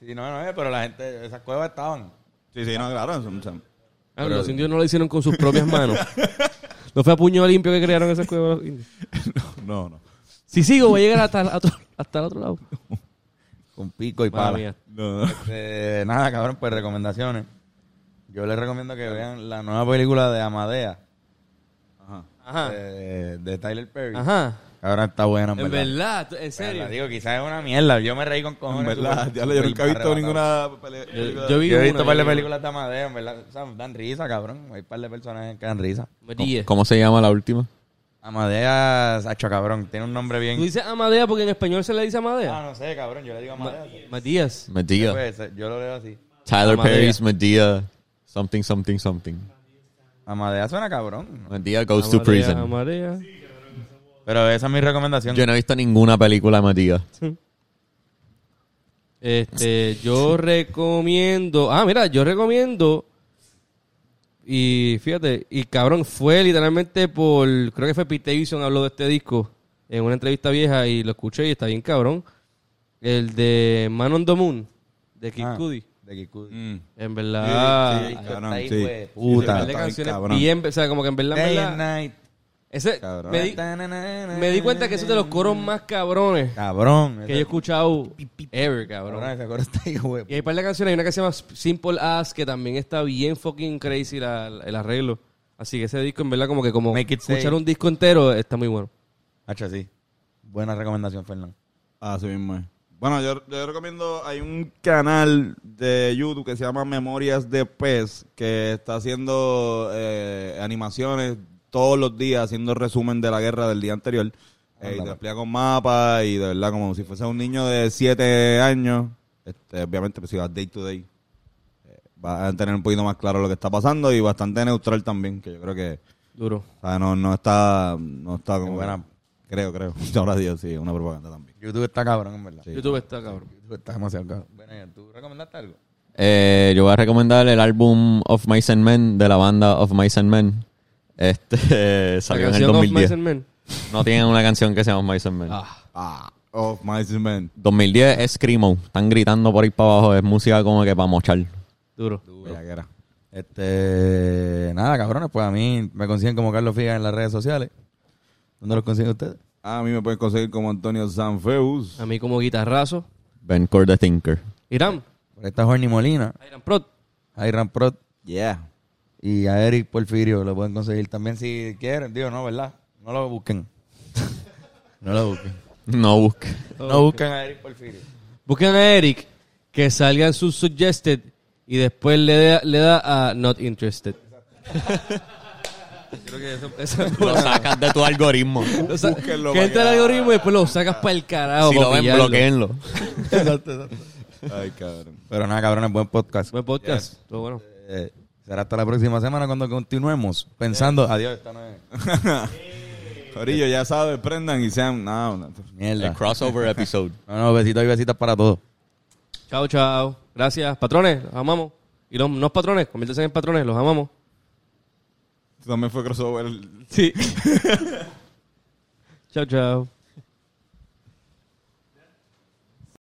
S3: Sí, no, no, eh, pero la gente, esas cuevas estaban.
S2: Sí, sí, no, claro. son- son-
S5: Ah, los indios no lo hicieron con sus
S3: (laughs)
S5: propias manos. No fue a puño limpio que crearon esas cuevas los indios.
S2: No, no.
S5: Si sigo, voy a llegar hasta el otro, hasta el otro lado.
S3: Con pico y
S5: Madre
S3: pala.
S5: mía.
S2: No, no.
S3: Este, nada, cabrón, pues recomendaciones. Yo les recomiendo que vean la nueva película de Amadea,
S2: Ajá.
S5: Ajá.
S3: de, de Tyler Perry.
S5: Ajá.
S3: Cabrón, está buena, en
S5: En
S3: verdad.
S5: verdad, en
S3: En verdad,
S5: serio.
S3: digo, quizás es una mierda. Yo me reí con
S2: En
S3: cojones.
S2: verdad,
S3: súper-
S2: ya yo nunca he visto
S3: arrebatado.
S2: ninguna pelea. película.
S5: Yo vi
S3: Yo he visto
S5: una,
S3: un par de
S5: yo vi
S3: películas de Amadea, en verdad. O sea, dan risa, cabrón. Hay un par de personajes que dan risa.
S5: una.
S4: ¿Cómo,
S5: María.
S4: cómo se llama la última?
S3: Amadea, Sacho, cabrón, tiene un nombre bien.
S5: ¿Tú dices Amadea porque en español se le dice
S3: Ah,
S5: Amadea?
S3: no sé, cabrón, yo le digo Amadea.
S5: Matías.
S4: Medea.
S3: Pues, eh, yo lo leo así.
S4: Tyler
S5: Amadea.
S4: Perry's Medea. Something, something, something.
S3: Amadea suena cabrón.
S4: Medea goes to
S5: Amadea,
S4: prison.
S5: Amadea.
S3: Pero esa es mi recomendación.
S4: Yo no he visto ninguna película de Medea.
S5: Este, yo recomiendo. Ah, mira, yo recomiendo. Y fíjate, y cabrón, fue literalmente por. Creo que fue Pete Davidson habló de este disco en una entrevista vieja y lo escuché y está bien cabrón. El de Man on the Moon, de Kid
S3: Ah,
S5: Cudi.
S3: De Kikudi.
S2: Mm.
S5: En verdad.
S2: Sí, sí,
S3: Ay,
S2: cabrón,
S3: está ahí,
S2: sí.
S3: güey,
S2: Sí,
S3: puta.
S2: sí,
S5: par de
S2: está bien
S5: canciones
S2: cabrón.
S5: bien, o sea, como que en verdad, en
S3: Day
S5: verdad,
S3: and night.
S5: ese,
S2: Cabrón.
S5: me, di, me di cuenta que ese es de los coros más cabrones
S3: Cabrón.
S5: que yo he escuchado ever, cabrón.
S3: Cabrón, ese coro está ahí, güey.
S5: Y hay un par de canciones, hay una que se llama Simple As, que también está bien fucking crazy la- la- el arreglo. Así que ese disco, en verdad, como que como
S3: Make it
S5: escuchar
S3: safe.
S5: un disco entero está muy bueno.
S3: Hacho, sí. Buena recomendación, Fernando.
S2: Así mismo es. Bueno, yo, yo recomiendo, hay un canal de YouTube que se llama Memorias de Pez, que está haciendo eh, animaciones todos los días, haciendo resumen de la guerra del día anterior. Eh, y te explica con mapas y de verdad como si fuese un niño de 7 años. Este, obviamente, pues si vas day to day, eh, vas a tener un poquito más claro lo que está pasando y bastante neutral también, que yo creo que
S5: Duro.
S2: o sea, no, no está, no está como...
S3: buena.
S2: Creo, creo. (laughs) Ahora Dios, sí, una propaganda también.
S3: YouTube está cabrón, en verdad.
S2: Sí.
S5: YouTube está, cabrón.
S3: YouTube está demasiado cabrón. Bueno, ¿tú recomendaste algo?
S4: Eh, yo voy a recomendar el álbum Of Mice and Men de la banda Of Mice and Men. Este (laughs) salió en el
S5: Of Mice
S4: 2010.
S5: and Men.
S4: No tienen una canción que se llama Mice and Men.
S5: Ah,
S2: Ah, of my men.
S4: 2010 es Screamo. Están gritando por ahí para abajo. Es música como que para mochar.
S5: duro.
S2: Bellaquera.
S3: Este. Nada, cabrones, pues a mí me consiguen como Carlos Figa en las redes sociales. ¿Dónde los consiguen ustedes?
S2: Ah, A mí me pueden conseguir como Antonio Sanfeus.
S5: A mí como guitarrazo.
S4: Ben Core the Thinker.
S5: Irán.
S3: Por ahí está Jorni Molina,
S5: Irán Prot.
S3: Iron Prot
S2: Yeah.
S3: y a Eric Porfirio. Lo pueden conseguir también si quieren. Digo, no, ¿verdad? No lo busquen. (laughs) no lo busquen.
S5: (laughs)
S4: No busque.
S3: No busquen a Eric Porfirio.
S5: Busquen a Eric, que salga en sus suggested y después le da, le da a Not Interested. Creo que eso, eso es
S4: Lo sacas de tu algoritmo.
S5: O sea,
S2: Búsquenlo
S5: que
S2: para
S5: entra el
S2: que-
S5: algoritmo y después lo sacas para el carajo.
S4: Si
S5: pa'
S4: lo ven,
S5: pillarlo.
S4: bloqueenlo.
S2: Ay, cabrón.
S3: Pero nada, cabrones, buen podcast.
S5: Buen podcast. Todo bueno.
S3: Eh, será hasta la próxima semana cuando continuemos pensando. Adiós, (laughs) esta no es.
S2: Corillo, ya saben, prendan y sean. No, no.
S4: El
S3: Mierda.
S4: crossover episode.
S3: No, no, besitos y besitas para todos.
S5: Chao, chao. Gracias. Patrones, los amamos. Y los no patrones, conviértanse en patrones, los amamos.
S2: También fue crossover.
S5: Sí. chao, chao.